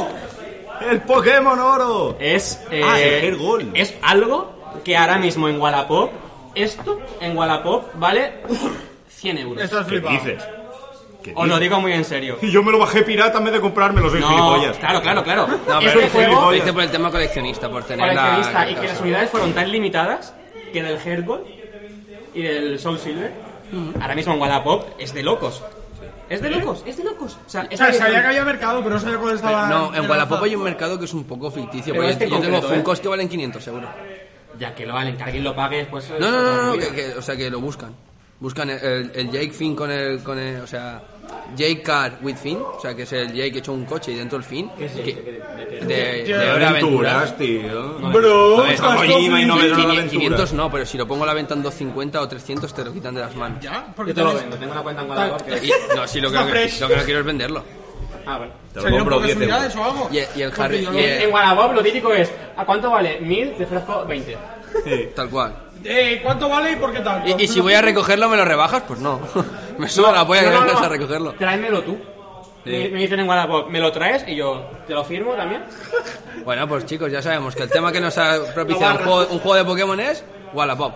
[SPEAKER 3] ¡El Pokémon Oro!
[SPEAKER 1] Es,
[SPEAKER 3] Ah,
[SPEAKER 1] eh,
[SPEAKER 3] el Hergol.
[SPEAKER 1] es algo que ahora mismo en Wallapop, esto en Wallapop vale 100 euros.
[SPEAKER 5] Estás
[SPEAKER 3] ¿Qué
[SPEAKER 5] flipado.
[SPEAKER 3] dices? ¿Qué
[SPEAKER 1] Os lo
[SPEAKER 3] dices?
[SPEAKER 1] digo muy en serio.
[SPEAKER 3] Y yo me lo bajé pirata en vez de comprármelo, soy
[SPEAKER 1] No,
[SPEAKER 3] gilipollas.
[SPEAKER 1] claro, claro, claro.
[SPEAKER 2] No,
[SPEAKER 1] este
[SPEAKER 2] pero
[SPEAKER 1] juego
[SPEAKER 2] lo hice por el tema coleccionista, por tener la...
[SPEAKER 1] coleccionista y
[SPEAKER 2] la
[SPEAKER 1] que las
[SPEAKER 2] cosa.
[SPEAKER 1] unidades fueron tan limitadas que del Hergol y del Soul Silver, ahora mismo en Wallapop, es de locos. Es de locos, es de locos. O sea,
[SPEAKER 5] O
[SPEAKER 1] es
[SPEAKER 5] sea,
[SPEAKER 1] de-
[SPEAKER 5] sabía que había mercado, pero no sabía cuál estaba.
[SPEAKER 2] No, en
[SPEAKER 5] era
[SPEAKER 2] Wallapop
[SPEAKER 5] la-
[SPEAKER 2] hay un mercado que es un poco ficticio,
[SPEAKER 1] Pero
[SPEAKER 2] porque
[SPEAKER 1] este
[SPEAKER 2] yo tengo
[SPEAKER 1] concreto, ¿eh?
[SPEAKER 2] Funkos que valen 500 euros.
[SPEAKER 1] Ya que lo valen, que alguien lo pague después. eh,
[SPEAKER 2] No, no, no, no,
[SPEAKER 1] otra
[SPEAKER 2] que,
[SPEAKER 1] movida.
[SPEAKER 2] que- o sea, que lo buscan. Buscan el, el- el Jake Finn con el, con el- o sea, Jake Car with Finn, o sea, que es el Jake hecho un coche y dentro el Finn.
[SPEAKER 1] ¿Qué es
[SPEAKER 2] que-
[SPEAKER 1] esto? ¿Qué- de- de-
[SPEAKER 2] de, de
[SPEAKER 5] Qué
[SPEAKER 2] Hora de Aventuras.
[SPEAKER 3] Aventuras, tío.
[SPEAKER 5] Bro,
[SPEAKER 3] Está
[SPEAKER 5] estás
[SPEAKER 3] Kojima y no ves Hora de
[SPEAKER 2] Quini-
[SPEAKER 3] Aventuras.
[SPEAKER 2] 500 no, pero si lo pongo a la venta en 250 o 300 te lo quitan de las manos.
[SPEAKER 5] ¿Ya?
[SPEAKER 1] Yo
[SPEAKER 5] Porque
[SPEAKER 1] te lo vendo, tengo una cuenta en Wallapop. que-
[SPEAKER 2] Y- no, si lo que,
[SPEAKER 5] Está
[SPEAKER 2] lo que-
[SPEAKER 5] fresh.
[SPEAKER 2] lo que no quiero es venderlo.
[SPEAKER 1] Ah, bueno.
[SPEAKER 3] Te lo
[SPEAKER 5] ¿Serían
[SPEAKER 3] compro
[SPEAKER 5] pocas
[SPEAKER 3] 10
[SPEAKER 5] unidades
[SPEAKER 3] euros.
[SPEAKER 5] o algo?
[SPEAKER 2] Y, y el
[SPEAKER 5] Porque
[SPEAKER 2] Harry,
[SPEAKER 5] yo
[SPEAKER 2] y
[SPEAKER 5] no-
[SPEAKER 2] el-
[SPEAKER 1] En Wallapop lo típico es, ¿a cuánto vale? 1000, te ofrezco 20.
[SPEAKER 2] tal cual.
[SPEAKER 5] Eh, ¿Cuánto vale y por qué tanto?
[SPEAKER 2] Y, y si voy a recogerlo, ¿me lo rebajas? Pues no. Me suda la polla que
[SPEAKER 1] No, no,
[SPEAKER 2] vengas
[SPEAKER 1] no.
[SPEAKER 2] a recogerlo.
[SPEAKER 1] Tráemelo tú. Me, me dicen en Wallapop, ¿me lo traes? Y yo, ¿te lo firmo también?
[SPEAKER 2] Bueno, pues chicos, ya sabemos que el tema que nos ha propiciado un juego, un juego de Pokémon es Wallapop.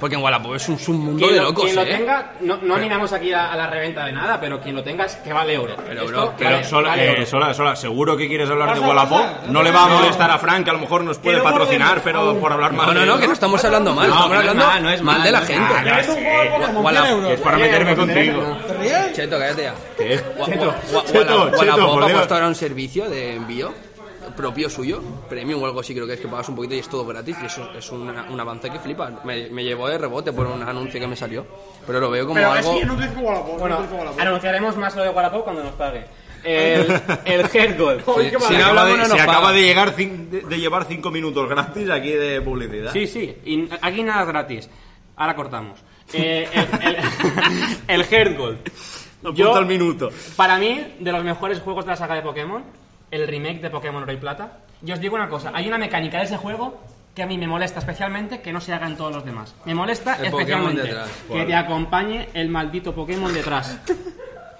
[SPEAKER 2] Porque en Wallapop es un submundo
[SPEAKER 1] Quien
[SPEAKER 2] de
[SPEAKER 1] lo,
[SPEAKER 2] locos,
[SPEAKER 1] quien lo
[SPEAKER 2] ¿eh?
[SPEAKER 1] tenga, no, no animamos aquí a, a la reventa de nada, pero quien lo tenga es que vale euro.
[SPEAKER 2] Pero,
[SPEAKER 1] Esto
[SPEAKER 2] bro,
[SPEAKER 3] Pero
[SPEAKER 1] vale-
[SPEAKER 3] sola,
[SPEAKER 1] vale
[SPEAKER 3] eh,
[SPEAKER 1] euro.
[SPEAKER 3] sola, sola, seguro que quieres hablar de Wallapop. No le va a molestar a Frank, que a lo mejor nos puede patrocinar, pero por hablar mal.
[SPEAKER 2] No, no,
[SPEAKER 3] de-
[SPEAKER 2] no, que no estamos hablando mal,
[SPEAKER 3] No,
[SPEAKER 2] estamos
[SPEAKER 3] que no es
[SPEAKER 2] hablando
[SPEAKER 3] mal, no es
[SPEAKER 2] mal de
[SPEAKER 3] mal,
[SPEAKER 2] la
[SPEAKER 3] no es
[SPEAKER 2] gente.
[SPEAKER 3] mal,
[SPEAKER 5] Es un juego por como
[SPEAKER 2] Wala-
[SPEAKER 5] 100 euros.
[SPEAKER 3] Es para meterme contigo.
[SPEAKER 5] ¿Te ríes?
[SPEAKER 2] Cheto, cállate ya.
[SPEAKER 3] ¿Qué?
[SPEAKER 2] Gua-
[SPEAKER 3] Cheto,
[SPEAKER 2] gua- gua-
[SPEAKER 3] Cheto,
[SPEAKER 2] Wala-
[SPEAKER 3] Cheto,
[SPEAKER 2] Wallapop
[SPEAKER 3] por
[SPEAKER 2] ha
[SPEAKER 3] Dios.
[SPEAKER 2] puesto ahora un servicio de envío propio suyo, premium o algo así, creo que es que pagas un poquito y es todo gratis. Y eso es un, un avance que flipa. Me, me llevó de rebote por un anuncio que me salió, pero lo veo como
[SPEAKER 5] Pero es
[SPEAKER 2] algo.
[SPEAKER 5] que no utilizo Wallapop.
[SPEAKER 1] Bueno,
[SPEAKER 5] no utilizo Wallapop.
[SPEAKER 1] anunciaremos más lo de Wallapop cuando nos pague. El, el head goal.
[SPEAKER 2] Oye, qué
[SPEAKER 3] Si
[SPEAKER 2] mal.
[SPEAKER 3] acaba de,
[SPEAKER 2] Hablamos, no
[SPEAKER 3] se
[SPEAKER 2] nos
[SPEAKER 3] acaba
[SPEAKER 2] pagan.
[SPEAKER 3] de, llegar cin- de, de llevar 5 minutos gratis aquí de publicidad.
[SPEAKER 1] Sí, sí, y aquí nada gratis. Ahora cortamos. Eh, el, el, el head goal.
[SPEAKER 3] No apunta
[SPEAKER 1] Yo-
[SPEAKER 3] el minuto.
[SPEAKER 1] Para mí, de los mejores juegos de la saga de Pokémon, el remake de Pokémon Rey Plata. Y os digo una cosa, hay una mecánica de ese juego que a mí me molesta especialmente que no se hagan todos los demás. Me molesta
[SPEAKER 2] El Pokémon
[SPEAKER 1] especialmente
[SPEAKER 2] detrás.
[SPEAKER 1] que te acompañe el maldito Pokémon detrás.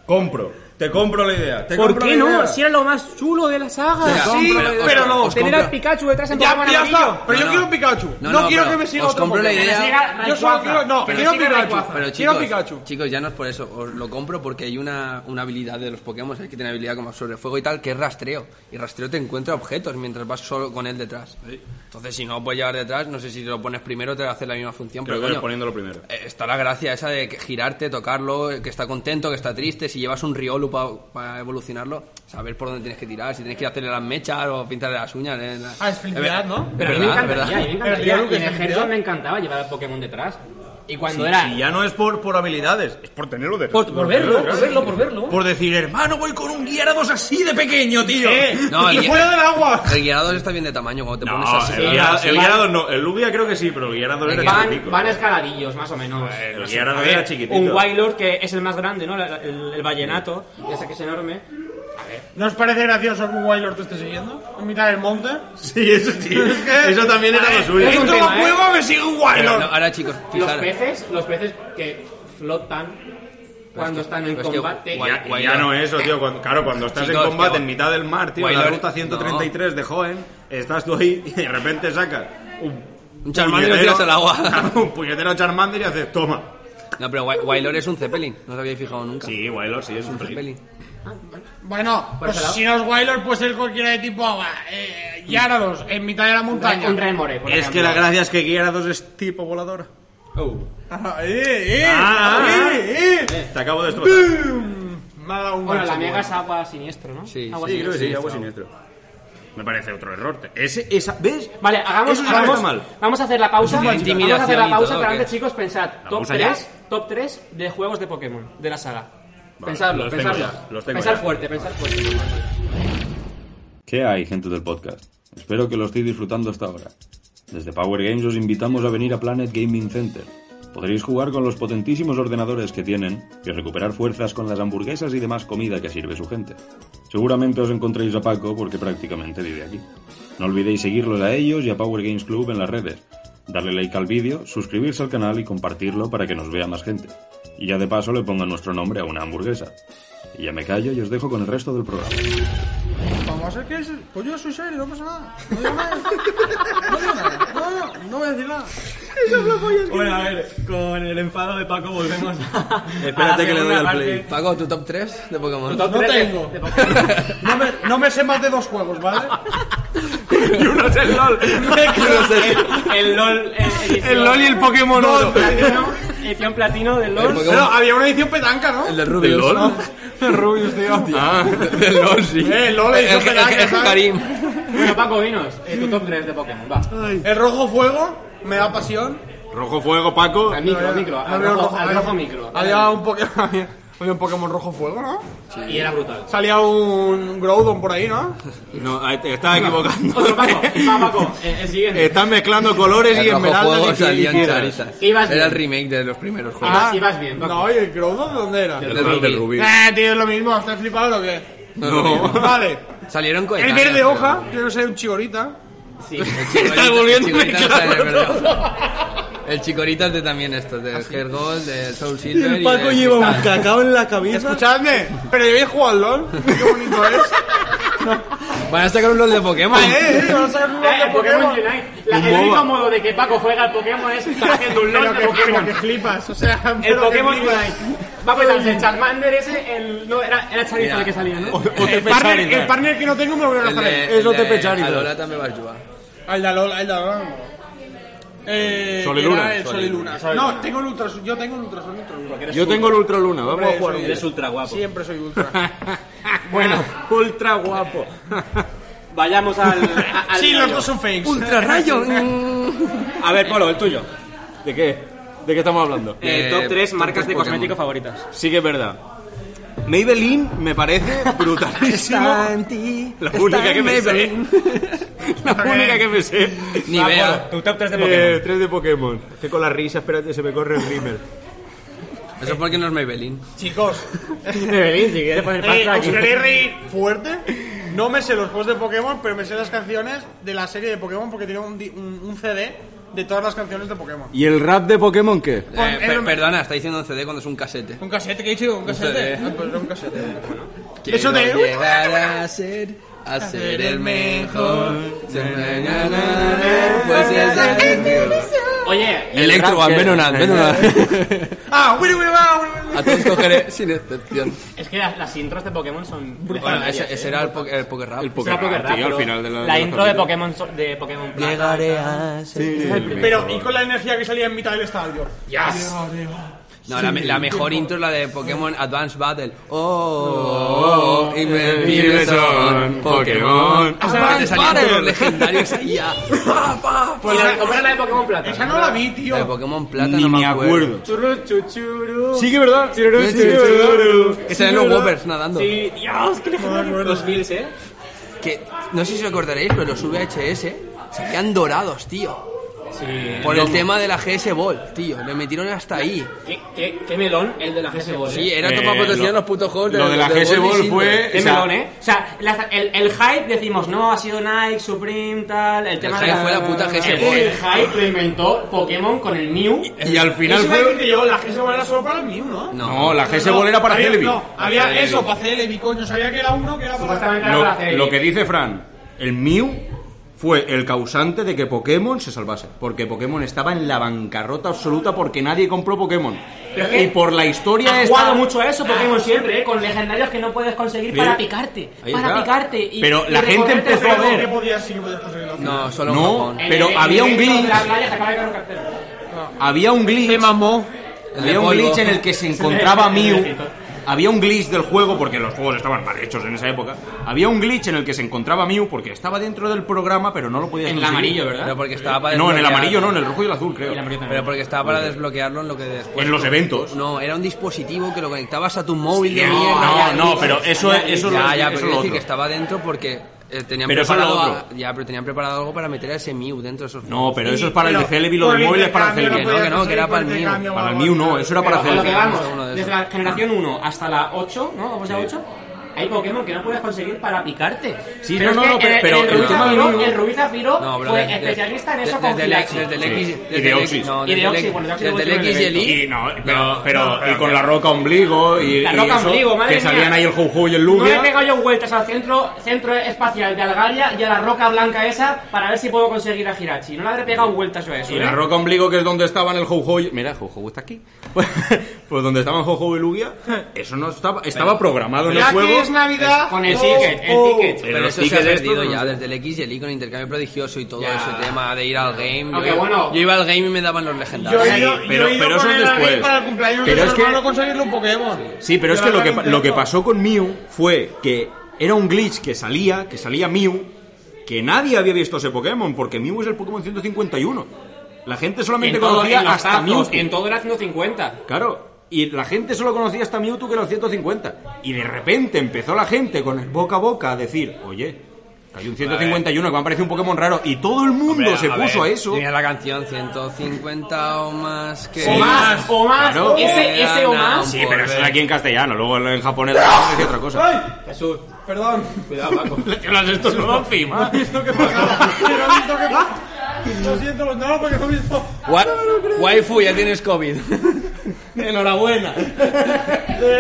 [SPEAKER 3] Compro. Te compro la idea. Te
[SPEAKER 1] ¿Por
[SPEAKER 3] compro
[SPEAKER 1] qué
[SPEAKER 3] la
[SPEAKER 1] no?
[SPEAKER 3] idea.
[SPEAKER 1] Si era lo más chulo de la saga.
[SPEAKER 2] Os compro- os- os
[SPEAKER 1] Tener
[SPEAKER 2] compro-
[SPEAKER 1] al Pikachu detrás en
[SPEAKER 5] Ya,
[SPEAKER 1] Pokémon
[SPEAKER 5] ya
[SPEAKER 1] amarillo.
[SPEAKER 5] está. Pero
[SPEAKER 2] No,
[SPEAKER 5] yo
[SPEAKER 2] no.
[SPEAKER 5] quiero Pikachu.
[SPEAKER 2] No,
[SPEAKER 5] No,
[SPEAKER 2] no,
[SPEAKER 5] quiero
[SPEAKER 2] pero
[SPEAKER 5] que me siga
[SPEAKER 2] os
[SPEAKER 5] otro
[SPEAKER 2] compro la
[SPEAKER 5] Pokémon.
[SPEAKER 2] idea.
[SPEAKER 5] Yo solo quiero. No,
[SPEAKER 1] Que nos
[SPEAKER 5] quiero
[SPEAKER 1] siga
[SPEAKER 5] Pikachu.
[SPEAKER 1] Rayquaza.
[SPEAKER 2] Pero chicos,
[SPEAKER 5] Quiero Pikachu.
[SPEAKER 2] chicos, ya no es por eso. Os lo compro porque hay una, una habilidad de los Pokémon, es que tiene habilidad como sobre fuego y tal, que es rastreo. Y rastreo te encuentra objetos mientras vas solo con él detrás. Entonces, si no puedes llevar detrás, no sé si lo pones primero, te hace la misma función. pero
[SPEAKER 3] Creo que
[SPEAKER 2] coño,
[SPEAKER 3] eres poniéndolo primero.
[SPEAKER 2] eh, Está la gracia esa de que girarte, tocarlo, eh, que está contento, que está triste. Si llevas un Riolu para evolucionarlo, saber por dónde tienes que tirar, si tienes que hacerle las mechas o pintarle las uñas. eh, la-
[SPEAKER 5] Ah, es felicidad,
[SPEAKER 2] ver-
[SPEAKER 5] ¿no?
[SPEAKER 2] es
[SPEAKER 1] Pero a mí me
[SPEAKER 2] verdad, es
[SPEAKER 1] encantaría, a mí
[SPEAKER 2] verdad.
[SPEAKER 1] me
[SPEAKER 5] Pero
[SPEAKER 1] encantaría.
[SPEAKER 5] tío, Luke,
[SPEAKER 1] Y en
[SPEAKER 5] es
[SPEAKER 1] el
[SPEAKER 5] felicidad.
[SPEAKER 1] Herzog me encantaba llevar al Pokémon detrás. Y cuando
[SPEAKER 3] Si-
[SPEAKER 1] era...
[SPEAKER 3] si ya no es por, por habilidades, es por tenerlo de
[SPEAKER 1] Por, por verlo, por verlo, por verlo.
[SPEAKER 3] Por decir, hermano, voy con un Gyarados así de pequeño, tío.
[SPEAKER 2] No,
[SPEAKER 5] y
[SPEAKER 2] el-
[SPEAKER 5] fuera del agua.
[SPEAKER 2] El Gyarados está bien de tamaño cuando te
[SPEAKER 3] No,
[SPEAKER 2] pones así.
[SPEAKER 3] el, Gyara- el Gyarados no. El Lugia creo que sí, pero el Gyarados era
[SPEAKER 1] Van,
[SPEAKER 3] chiquitico. ¿eh?
[SPEAKER 1] van escaladillos, más o menos.
[SPEAKER 3] el
[SPEAKER 1] A
[SPEAKER 3] Gyarados
[SPEAKER 1] ver,
[SPEAKER 3] era chiquitito.
[SPEAKER 1] Un Wailord que es el más grande, ¿no? La- El, el vallenato, ese que es enorme.
[SPEAKER 5] ¿No os parece gracioso que un Wailord te esté siguiendo? En mitad del monte.
[SPEAKER 3] Sí, eso sí. Eso también era lo suyo.
[SPEAKER 1] es un
[SPEAKER 5] Entro a
[SPEAKER 1] tema,
[SPEAKER 5] la
[SPEAKER 1] ¿eh?
[SPEAKER 5] cueva, me sigue un
[SPEAKER 2] Pero no,
[SPEAKER 5] Wailord.
[SPEAKER 2] ahora chicos,
[SPEAKER 1] Los
[SPEAKER 2] fijaros.
[SPEAKER 1] peces, los peces que flotan cuando están en
[SPEAKER 2] pero es que
[SPEAKER 1] combate.
[SPEAKER 2] guay-
[SPEAKER 3] Ya, Pues ya no eso, tío. Cuando- claro, cuando estás
[SPEAKER 2] Chicos,
[SPEAKER 3] en combate
[SPEAKER 2] que-
[SPEAKER 3] en mitad del mar, tío, en la
[SPEAKER 2] Wailord-
[SPEAKER 3] ruta 133 de Joen, estás tú ahí y de repente sacas un,
[SPEAKER 2] Un Charmander y lo tiras al agua.
[SPEAKER 3] un puñetero Charmander y haces, toma.
[SPEAKER 2] No, pero Wa- Wailord es un Zeppelin, no os habéis fijado nunca.
[SPEAKER 3] Sí, Wailord, sí, es un pelín.
[SPEAKER 2] Zeppelin.
[SPEAKER 5] Bueno,
[SPEAKER 1] Por
[SPEAKER 5] pues
[SPEAKER 1] ese lado.
[SPEAKER 5] si no es Wailord, puede ser cualquiera de tipo agua. Eh, Gyarados, en mitad de la montaña.
[SPEAKER 1] Un remore, por
[SPEAKER 3] Es
[SPEAKER 1] ejemplo.
[SPEAKER 3] que la gracia es que Gyarados es tipo volador. Oh.
[SPEAKER 5] Ah, eh, eh,
[SPEAKER 3] Ah,
[SPEAKER 5] eh, eh.
[SPEAKER 3] Te acabo de destrozar.
[SPEAKER 5] Me ha dado un
[SPEAKER 1] Bueno, la
[SPEAKER 5] gancho,
[SPEAKER 1] mega
[SPEAKER 5] bueno.
[SPEAKER 1] es agua siniestro, ¿no?
[SPEAKER 2] Sí,
[SPEAKER 1] Agua
[SPEAKER 3] Sí, creo que
[SPEAKER 1] siniestra.
[SPEAKER 3] sí, agua siniestro. Me parece otro error. Ese, esa, ¿Ves?
[SPEAKER 1] Vale, hagamos,
[SPEAKER 3] Eso sí que
[SPEAKER 1] hagamos-
[SPEAKER 3] está mal.
[SPEAKER 1] vamos a hacer la pausa.
[SPEAKER 2] Eso es
[SPEAKER 1] Vamos a hacer
[SPEAKER 2] intimidación
[SPEAKER 1] la
[SPEAKER 2] y
[SPEAKER 1] pausa,
[SPEAKER 2] todo,
[SPEAKER 1] pero
[SPEAKER 2] ¿o qué?
[SPEAKER 1] antes, chicos, pensad. Top
[SPEAKER 3] pausa ya?
[SPEAKER 1] 3, top 3 de juegos de Pokémon, de la saga.
[SPEAKER 3] Vale,
[SPEAKER 1] pensadlo,
[SPEAKER 3] los tengo
[SPEAKER 1] pensadlo.
[SPEAKER 3] ya, los tengo
[SPEAKER 1] pensad
[SPEAKER 3] ya.
[SPEAKER 1] fuerte, pensad fuerte.
[SPEAKER 7] ¿Qué hay, gente del podcast? Espero que lo estéis disfrutando hasta ahora. Desde Power Games os invitamos a venir a Planet Gaming Center. Podréis jugar con los potentísimos ordenadores que tienen y recuperar fuerzas con las hamburguesas y demás comida que sirve su gente. Seguramente os encontréis a Paco porque prácticamente vive aquí. No olvidéis seguirlos a ellos y a Power Games Club en las redes, darle like al vídeo, suscribirse al canal y compartirlo para que nos vea más gente. Y ya de paso le pongan nuestro nombre a una hamburguesa. Y ya me callo y os dejo con el resto del programa.
[SPEAKER 5] Vamos a hacer que es. Pues yo soy serio, no pasa nada. No digo nada. No digo nada. No, no, no voy a decir nada.
[SPEAKER 9] Bueno, a ver, con el enfado de Paco volvemos a.
[SPEAKER 3] Espérate que le doy al play.
[SPEAKER 2] Paco, tu top 3 de Pokémon.
[SPEAKER 5] Ah, No tengo. No me, no me sé más de dos juegos, ¿vale?
[SPEAKER 3] Y uno es el LOL.
[SPEAKER 1] El LOL. El,
[SPEAKER 6] El LOL y el Pokémon Oro.
[SPEAKER 1] platino, edición platino del
[SPEAKER 2] El
[SPEAKER 1] LOL.
[SPEAKER 2] Pokémon-
[SPEAKER 5] Pero había una edición petanca, ¿no?
[SPEAKER 2] el de Rubius.
[SPEAKER 3] ¿El LOL?
[SPEAKER 6] Rubius, tío.
[SPEAKER 3] Ah,
[SPEAKER 2] El LOL, sí.
[SPEAKER 5] Eh, el LOL,
[SPEAKER 2] el,
[SPEAKER 5] eso
[SPEAKER 2] el, el,
[SPEAKER 5] me da que
[SPEAKER 2] el
[SPEAKER 5] sabe.
[SPEAKER 2] Karim.
[SPEAKER 1] Bueno, Paco, dinos, eh, tu top 3 de Pokémon, va.
[SPEAKER 5] El rojo fuego me da pasión.
[SPEAKER 3] Rojo fuego, Paco.
[SPEAKER 1] Al micro, al micro,
[SPEAKER 5] No
[SPEAKER 1] al
[SPEAKER 5] veo
[SPEAKER 1] rojo, al
[SPEAKER 5] había-
[SPEAKER 1] rojo micro.
[SPEAKER 5] Había un, Pokémon, había, había un Pokémon rojo fuego, ¿no?
[SPEAKER 1] Y era brutal.
[SPEAKER 5] Salía un Groudon por ahí, ¿no?
[SPEAKER 3] No, ahí te estás equivocando.
[SPEAKER 1] Otro Paco, va Paco, eh, el siguiente.
[SPEAKER 3] Estás mezclando colores
[SPEAKER 2] El
[SPEAKER 3] y
[SPEAKER 2] rojo
[SPEAKER 3] esmeraldas.
[SPEAKER 2] fuego
[SPEAKER 3] y que
[SPEAKER 2] salió en
[SPEAKER 3] quieras.
[SPEAKER 2] Charizard.
[SPEAKER 1] Ibas
[SPEAKER 2] Era el
[SPEAKER 1] bien.
[SPEAKER 2] remake de los primeros juegos.
[SPEAKER 1] Ah, y vas bien, Paco.
[SPEAKER 5] No, ¿y el Groudon de dónde era?
[SPEAKER 2] Del
[SPEAKER 3] El rojo
[SPEAKER 2] Rubius.
[SPEAKER 3] del rubí.
[SPEAKER 5] Eh, tío, es lo mismo, ¿estás flipado o qué?
[SPEAKER 2] No.
[SPEAKER 5] Vale.
[SPEAKER 2] Salieron con
[SPEAKER 5] El verde hoja, yo no sé, un chigorita.
[SPEAKER 1] Sí.
[SPEAKER 2] Estás volviéndome claro. El chicorita es de también estos, del Heart Gold, del Soul Silver. y del Cristal.
[SPEAKER 6] cacao en la cabeza.
[SPEAKER 5] Escuchadme, pero yo habéis jugado al LOL. Qué bonito es.
[SPEAKER 2] Van a sacar un LOL de Pokémon.
[SPEAKER 5] Ah,
[SPEAKER 1] Eh, Pokémon Unite. La- el
[SPEAKER 2] MOBA.
[SPEAKER 1] único modo de que Paco juega al Pokémon es haciendo un LOL de Pokémon.
[SPEAKER 5] flipas, o sea,
[SPEAKER 1] El Pokémon Unite. Va a petarse el Charmander ese, el... No, era, era Charizard el que salía, ¿no?
[SPEAKER 5] el, partner, el partner que no tengo me lo voy a
[SPEAKER 2] El
[SPEAKER 5] gastar ahí.
[SPEAKER 2] de,
[SPEAKER 3] Es lo
[SPEAKER 2] el de
[SPEAKER 3] de Pecharizard.
[SPEAKER 2] Alola también va a jugar.
[SPEAKER 5] Al Dalol, al Dalol. Eh,
[SPEAKER 3] Sol y
[SPEAKER 5] era
[SPEAKER 3] Luna.
[SPEAKER 5] el Sol y Luna. No, tengo el Ultra Sol, yo tengo el Ultra Sol, Ultra Luna.
[SPEAKER 3] Yo tengo el Ultra Luna, vamos
[SPEAKER 5] Hombre,
[SPEAKER 3] a jugar
[SPEAKER 5] soy-
[SPEAKER 3] un
[SPEAKER 5] eres
[SPEAKER 3] ultra guapo.
[SPEAKER 5] Siempre soy Ultra.
[SPEAKER 1] Bueno,
[SPEAKER 3] Ultra guapo.
[SPEAKER 1] vayamos al... a- al
[SPEAKER 5] sí, los
[SPEAKER 1] meollo.
[SPEAKER 5] dos son fakes.
[SPEAKER 2] ¡Ultra rayo!
[SPEAKER 3] A ver, Polo, el tuyo. ¿De qué? ¿De qué estamos hablando?
[SPEAKER 1] Eh, top 3
[SPEAKER 2] Eh,
[SPEAKER 1] marcas de
[SPEAKER 2] Pokémon.
[SPEAKER 1] cosméticos favoritas.
[SPEAKER 3] Sí que es verdad. Maybelline me parece brutalísimo. La única que me sé. La única que me sé.
[SPEAKER 2] Ni
[SPEAKER 3] Va,
[SPEAKER 2] vea.
[SPEAKER 3] Polo.
[SPEAKER 1] Tu top 3 de
[SPEAKER 3] Eh,
[SPEAKER 1] Pokémon.
[SPEAKER 3] tres de Pokémon. Es que con la risa, espérate, se me corre el rímel.
[SPEAKER 2] Eso es porque no es Maybelline. Eh,
[SPEAKER 5] Chicos,
[SPEAKER 1] Evelyn, si quieres poner
[SPEAKER 5] eh,
[SPEAKER 1] pasta
[SPEAKER 5] ¿os
[SPEAKER 1] aquí.
[SPEAKER 5] queréis reír fuerte? No me sé los juegos de Pokémon, pero me sé las canciones de la serie de Pokémon porque tengo un, di- un- un CD de todas las canciones de Pokémon.
[SPEAKER 3] ¿Y el rap de Pokémon qué?
[SPEAKER 2] Eh,
[SPEAKER 5] Con-
[SPEAKER 2] per-
[SPEAKER 5] es lo-
[SPEAKER 2] perdona, está diciendo un CD cuando es un casete.
[SPEAKER 5] ¿Un casete? ¿Qué he dicho? ¿Un casete?
[SPEAKER 2] CD.
[SPEAKER 5] Ah, pues era un casete. Eso de-
[SPEAKER 2] Quiero llegar a ser, a ser el mejor. Ser- na- na- na- na- Pues es el mejor.
[SPEAKER 1] Oye,
[SPEAKER 2] Electro,
[SPEAKER 3] rap que-
[SPEAKER 2] Venonat, Venonat.
[SPEAKER 5] Ah, Willy Willy va, Willy, Willy.
[SPEAKER 2] A todos cogeré sin excepción.
[SPEAKER 1] es que las, las intros de Pokémon son...
[SPEAKER 2] Bueno,
[SPEAKER 1] legendarias,
[SPEAKER 2] ese, ese
[SPEAKER 1] eh.
[SPEAKER 2] era el, po- el Poker Rap.
[SPEAKER 3] El
[SPEAKER 1] O sea,
[SPEAKER 3] Pokémon,
[SPEAKER 1] Pokémon Rap,
[SPEAKER 3] tío, al
[SPEAKER 1] pero
[SPEAKER 3] final de la,
[SPEAKER 1] la
[SPEAKER 3] de los
[SPEAKER 1] intro de
[SPEAKER 3] capítulos.
[SPEAKER 1] Pokémon so- de Pokémon Plus.
[SPEAKER 2] Llegaré a ser.
[SPEAKER 5] Pero, y con la energía que salía en mitad del estadio.
[SPEAKER 2] No, la, me- la mejor intro es la de Pokémon Advanced Battle. Oh, oh, oh, y me vives son Pokémon.
[SPEAKER 3] Pokémon.
[SPEAKER 2] Hasta que te salían todos los legendarios ahí a... Pa, pa, pa.
[SPEAKER 1] Y la- ¿Cómo era la de Pokémon Plata?
[SPEAKER 5] Esa no la vi, tío.
[SPEAKER 2] La de Pokémon Plata
[SPEAKER 3] Ni
[SPEAKER 2] no
[SPEAKER 3] me
[SPEAKER 2] me acuerdo.
[SPEAKER 3] acuerdo. Sí que es verdad.
[SPEAKER 2] Que salen los Whoppers nadando.
[SPEAKER 1] Sí, Dios, qué legendario. Los Bills, ¿eh?
[SPEAKER 2] Que no sé si os acordaréis, pero los VHS salían dorados, tío.
[SPEAKER 1] Sí.
[SPEAKER 2] Por el tema de la GS Ball, tío. Le metieron hasta ahí.
[SPEAKER 1] ¿Qué, qué, qué melón el de la GS Ball.
[SPEAKER 2] Sí,
[SPEAKER 1] eh.
[SPEAKER 2] era
[SPEAKER 3] Eh,
[SPEAKER 2] tomar potencia
[SPEAKER 3] lo-
[SPEAKER 2] los putos juegos
[SPEAKER 3] lo de la GS Ball
[SPEAKER 2] Disney.
[SPEAKER 3] fue-
[SPEAKER 1] Qué
[SPEAKER 3] o sea-
[SPEAKER 1] melón, ¿eh? O sea, la- el, el hype decimos, no, ha sido Nike, Supreme, tal. El tema
[SPEAKER 2] hype
[SPEAKER 1] de
[SPEAKER 2] fue la puta GS
[SPEAKER 1] el-
[SPEAKER 2] Ball.
[SPEAKER 1] El hype lo inventó Pokémon con el Mew.
[SPEAKER 3] Y al final
[SPEAKER 5] Eso iba a decir
[SPEAKER 3] fue...
[SPEAKER 5] que yo, la que se era solo para el mío, ¿no?
[SPEAKER 2] No,
[SPEAKER 3] No, la GS Ball
[SPEAKER 5] No,
[SPEAKER 3] era para
[SPEAKER 5] había-
[SPEAKER 3] Celebi.
[SPEAKER 5] No, había eso, para Celebi, coño. Sabía que era uno que era para...
[SPEAKER 1] Supuestamente era para
[SPEAKER 3] Lo,
[SPEAKER 1] hacer-
[SPEAKER 3] lo que dice Fran, el Mew fue el causante de que Pokémon se salvase. Porque Pokémon estaba en la bancarrota absoluta porque nadie compró Pokémon.
[SPEAKER 1] Pero es que
[SPEAKER 3] Y por la historia
[SPEAKER 1] Ha
[SPEAKER 3] esta-
[SPEAKER 1] jugado mucho a eso Pokémon siempre, ¿eh? con legendarios que no puedes conseguir
[SPEAKER 3] Bien.
[SPEAKER 1] para picarte.
[SPEAKER 3] Ahí
[SPEAKER 1] para
[SPEAKER 3] está.
[SPEAKER 1] picarte. Y,
[SPEAKER 3] Pero
[SPEAKER 1] y
[SPEAKER 3] la gente
[SPEAKER 1] recorrerte
[SPEAKER 3] empezó
[SPEAKER 1] el
[SPEAKER 3] a
[SPEAKER 1] juego.
[SPEAKER 3] ver.
[SPEAKER 5] ¿Qué podías sí que podías conseguir la
[SPEAKER 2] no, solo en
[SPEAKER 3] No,
[SPEAKER 2] Japón.
[SPEAKER 1] En
[SPEAKER 3] pero
[SPEAKER 1] el- en
[SPEAKER 3] había
[SPEAKER 1] el
[SPEAKER 3] un
[SPEAKER 1] evento de
[SPEAKER 3] glitch.
[SPEAKER 1] la playa se acaba de caer un cartel.
[SPEAKER 3] Había un glitch.
[SPEAKER 2] El de
[SPEAKER 3] Había un
[SPEAKER 2] polvo.
[SPEAKER 3] glitch en el que se encontraba Mew. Había un glitch del juego, porque los juegos estaban mal hechos en esa época. Había un glitch en el que se encontraba Mew porque estaba dentro del programa, pero no lo podía
[SPEAKER 1] En el
[SPEAKER 3] conseguir.
[SPEAKER 1] amarillo, ¿verdad?
[SPEAKER 2] Pero porque estaba para
[SPEAKER 3] No, en el
[SPEAKER 2] desbloquear-
[SPEAKER 3] amarillo no, en el rojo y el azul, creo.
[SPEAKER 1] Y la amarillo también.
[SPEAKER 2] Pero porque estaba para desbloquearlo en lo que después.
[SPEAKER 3] En los eventos.
[SPEAKER 2] Eh, No, era un dispositivo que lo conectabas a tu móvil de
[SPEAKER 3] No,
[SPEAKER 2] mierda.
[SPEAKER 3] no,
[SPEAKER 2] ya,
[SPEAKER 3] no,
[SPEAKER 2] ya,
[SPEAKER 3] pero eso
[SPEAKER 2] ya,
[SPEAKER 3] es- eso es
[SPEAKER 2] ya,
[SPEAKER 3] lo-
[SPEAKER 2] ya,
[SPEAKER 3] eso
[SPEAKER 2] pero
[SPEAKER 3] es
[SPEAKER 2] quiero
[SPEAKER 3] lo
[SPEAKER 2] decir
[SPEAKER 3] otro.
[SPEAKER 2] que estaba dentro porque eh, tenían
[SPEAKER 3] Pero eso es lo
[SPEAKER 2] preparado a-
[SPEAKER 3] otro.
[SPEAKER 2] ya, pero tenían preparado algo para meter a ese Mew dentro de esos
[SPEAKER 3] No, pero eso es para el
[SPEAKER 5] Pero
[SPEAKER 3] de Celebi, lo
[SPEAKER 5] por
[SPEAKER 3] del móvil es para
[SPEAKER 5] intercambio
[SPEAKER 3] Celebi.
[SPEAKER 2] no que no,
[SPEAKER 5] podías
[SPEAKER 2] que era para el mío.
[SPEAKER 5] conseguir intercambio,
[SPEAKER 3] Para el
[SPEAKER 5] vamos.
[SPEAKER 3] Mew no, eso era para
[SPEAKER 1] Pero a lo que
[SPEAKER 3] Celebi.
[SPEAKER 2] Uno
[SPEAKER 1] vamos,
[SPEAKER 2] de
[SPEAKER 1] desde la generación 1 hasta la 8, ¿no? ¿Vos ya 8? Hay Pokémon que no puedes conseguir para picarte.
[SPEAKER 3] Sí,
[SPEAKER 1] pero
[SPEAKER 3] no,
[SPEAKER 1] es
[SPEAKER 3] no,
[SPEAKER 1] que
[SPEAKER 3] no, pero-
[SPEAKER 1] el,
[SPEAKER 3] pero
[SPEAKER 1] Rubí
[SPEAKER 3] el tema
[SPEAKER 1] Zafiro,
[SPEAKER 3] del-
[SPEAKER 1] el Rubí Zafiro
[SPEAKER 2] No, bro,
[SPEAKER 1] fue
[SPEAKER 2] de- de-
[SPEAKER 1] especialista en eso
[SPEAKER 2] de-
[SPEAKER 1] con
[SPEAKER 2] desde el X-
[SPEAKER 1] Girachi.
[SPEAKER 2] desde el
[SPEAKER 3] Sí.
[SPEAKER 2] X-
[SPEAKER 3] Y
[SPEAKER 2] desde
[SPEAKER 3] de
[SPEAKER 2] el
[SPEAKER 3] Oxy.
[SPEAKER 2] X- no,
[SPEAKER 1] Y de
[SPEAKER 2] desde el
[SPEAKER 1] Oxy,
[SPEAKER 2] X-
[SPEAKER 1] bueno, de Oxy
[SPEAKER 2] desde el
[SPEAKER 1] evoluciona
[SPEAKER 2] X
[SPEAKER 1] en
[SPEAKER 2] y
[SPEAKER 1] el
[SPEAKER 2] el
[SPEAKER 3] Y
[SPEAKER 2] Y.
[SPEAKER 3] no, pero, pero y con la roca ombligo y,
[SPEAKER 1] La
[SPEAKER 3] y
[SPEAKER 1] roca
[SPEAKER 3] eso,
[SPEAKER 1] ombligo, madre
[SPEAKER 3] que salían
[SPEAKER 1] mía.
[SPEAKER 3] ahí el Juju y el
[SPEAKER 1] No le he
[SPEAKER 3] Lugia.
[SPEAKER 1] pegado yo vueltas al centro, centro espacial de Algaria y a la roca blanca esa para ver si puedo conseguir a Girachi. No le habré pegado vueltas yo a eso.
[SPEAKER 3] Y
[SPEAKER 1] ¿eh?
[SPEAKER 3] la roca ombligo, que es donde estaban el Jojo y... Mira, Jojo está aquí. Pues, pues donde estaban Jojo y Lugia, eso no estaba... Estaba programado en el
[SPEAKER 5] Ya que
[SPEAKER 3] juego.
[SPEAKER 5] es Navidad...
[SPEAKER 1] Con el
[SPEAKER 5] oh,
[SPEAKER 1] ticket, el
[SPEAKER 5] oh.
[SPEAKER 1] ticket.
[SPEAKER 2] Pero
[SPEAKER 3] los
[SPEAKER 2] eso se ha
[SPEAKER 3] tickets estos
[SPEAKER 2] perdido
[SPEAKER 3] no
[SPEAKER 2] ya,
[SPEAKER 3] sé.
[SPEAKER 2] desde el X y el Y con intercambio prodigioso y todo
[SPEAKER 1] Ya.
[SPEAKER 2] ese tema de ir al game.
[SPEAKER 1] Aunque
[SPEAKER 2] yo,
[SPEAKER 1] bueno.
[SPEAKER 2] yo iba al game y me daban los
[SPEAKER 5] Yo
[SPEAKER 2] legendarios.
[SPEAKER 3] Sí,
[SPEAKER 5] he ido, yo he
[SPEAKER 3] pero-
[SPEAKER 5] ido
[SPEAKER 3] pero
[SPEAKER 5] con
[SPEAKER 3] eso es
[SPEAKER 5] el David
[SPEAKER 3] después.
[SPEAKER 5] para el cumpleaños
[SPEAKER 3] Pero
[SPEAKER 5] de
[SPEAKER 3] es
[SPEAKER 5] su
[SPEAKER 3] que-
[SPEAKER 5] hermano conseguirle un Pokémon.
[SPEAKER 3] Sí, pero es que
[SPEAKER 5] Llevarlo
[SPEAKER 3] lo que,
[SPEAKER 5] al
[SPEAKER 3] pa- lo que
[SPEAKER 5] intento.
[SPEAKER 3] pasó con Mew fue que era un glitch que salía, que salía Mew, que nadie había visto ese Pokémon, porque Mew es el Pokémon 151. La gente solamente
[SPEAKER 1] en todo,
[SPEAKER 3] conocía
[SPEAKER 1] en los
[SPEAKER 3] hasta Mew.
[SPEAKER 1] tazos, en todo era 150.
[SPEAKER 3] Claro. Y la gente solo conocía hasta Mewtwo que era el 150. Y de repente empezó la gente con el boca a boca a decir, oye, que hay un 151 que me ha parecido un Pokémon raro. Y todo el mundo se puso a eso.
[SPEAKER 2] Tenía la canción 150 o más que.
[SPEAKER 1] O más, o más,
[SPEAKER 3] Claro.
[SPEAKER 1] ese, ese o más.
[SPEAKER 3] Sí, pero eso es aquí en castellano. Luego en japonés es otra cosa.
[SPEAKER 5] Jesús, perdón.
[SPEAKER 3] Le tiras esto solo encima.
[SPEAKER 5] Lo que pasa, pero he visto que pasa. Lo siento, los no, porque no he visto.
[SPEAKER 2] Wa- Waifu, ya tienes COVID.
[SPEAKER 5] Enhorabuena.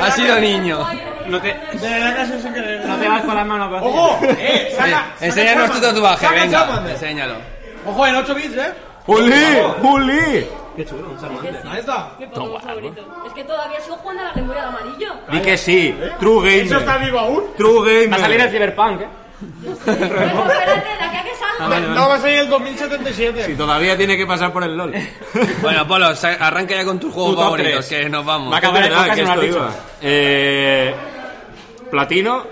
[SPEAKER 2] Has sido niño.
[SPEAKER 1] No te,
[SPEAKER 5] De verdad que eso es sin querer.
[SPEAKER 1] no te vas con las manos vacías.
[SPEAKER 5] ¡Ojo! ¡Eh! Saca, saca
[SPEAKER 2] Enséñanos tu
[SPEAKER 5] Chapman.
[SPEAKER 2] tatuaje,
[SPEAKER 5] Saca
[SPEAKER 2] venga.
[SPEAKER 5] Chapman.
[SPEAKER 2] Enséñalo.
[SPEAKER 5] Ojo, en 8 bits, ¿eh?
[SPEAKER 3] ¡Olé! ¡Olé!
[SPEAKER 5] Ahí está.
[SPEAKER 10] Mi Pokémon favorito. Es que todavía sigo jugando a la lengua del amarillo.
[SPEAKER 3] Di que sí. True gamer.
[SPEAKER 5] ¿Eso está vivo aún?
[SPEAKER 3] True gamer.
[SPEAKER 1] Va a salir el Cyberpunk, ¿eh?
[SPEAKER 10] Bueno, Pues, espérate, de aquí a que salga.
[SPEAKER 5] No, va a salir el 2077.
[SPEAKER 3] Si todavía tiene que pasar por el LOL.
[SPEAKER 2] Bueno, Polo, sa- arranca ya con tus juegos
[SPEAKER 3] Tu top
[SPEAKER 2] favoritos,
[SPEAKER 3] tres.
[SPEAKER 2] que nos vamos.
[SPEAKER 3] Va a acabar
[SPEAKER 1] el
[SPEAKER 3] verdad,
[SPEAKER 1] podcast
[SPEAKER 3] que
[SPEAKER 1] y no
[SPEAKER 3] esto
[SPEAKER 1] lo has
[SPEAKER 3] iba. Eh, platino,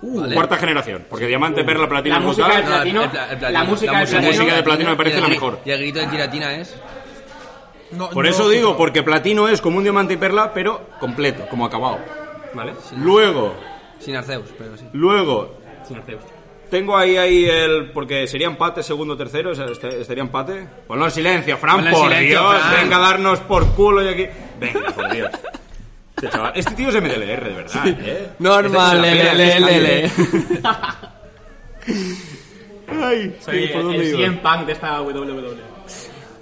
[SPEAKER 2] Vale.
[SPEAKER 3] Uh, cuarta generación. Porque diamante, perla, platino,
[SPEAKER 1] La música
[SPEAKER 3] total.
[SPEAKER 1] del platino,
[SPEAKER 2] el pla- el platino,
[SPEAKER 1] la música
[SPEAKER 2] la
[SPEAKER 1] del
[SPEAKER 2] música-
[SPEAKER 1] platino,
[SPEAKER 3] la música del platino me parece
[SPEAKER 2] Y el
[SPEAKER 3] la
[SPEAKER 2] gri-
[SPEAKER 3] mejor.
[SPEAKER 2] Y el grito de giratina es.
[SPEAKER 5] No,
[SPEAKER 3] Por
[SPEAKER 5] no,
[SPEAKER 3] eso digo, porque platino es como un diamante y perla, pero completo, como acabado.
[SPEAKER 2] ¿Vale?
[SPEAKER 3] Luego,
[SPEAKER 2] Sin Arceus, pero sí.
[SPEAKER 3] luego,
[SPEAKER 1] sin Arceus.
[SPEAKER 3] tengo ahí, ahí el. Porque sería empate, segundo, tercero, o sea, este- estaría empate. Ponlo en silencio, Fran,
[SPEAKER 2] Ponlo en
[SPEAKER 3] por
[SPEAKER 2] silencio,
[SPEAKER 3] Dios,
[SPEAKER 2] Fran.
[SPEAKER 3] venga a darnos por culo y aquí. Venga, por Dios. Este, chaval- este tío es MDLR, de verdad. ¿eh?
[SPEAKER 2] Normal,
[SPEAKER 3] Este es la
[SPEAKER 2] lele,
[SPEAKER 3] pena que
[SPEAKER 2] lele.
[SPEAKER 3] está- Ay,
[SPEAKER 1] Soy
[SPEAKER 3] ¿por
[SPEAKER 1] el,
[SPEAKER 3] dónde
[SPEAKER 1] el
[SPEAKER 3] iba?
[SPEAKER 1] CM Punk de esta WWE.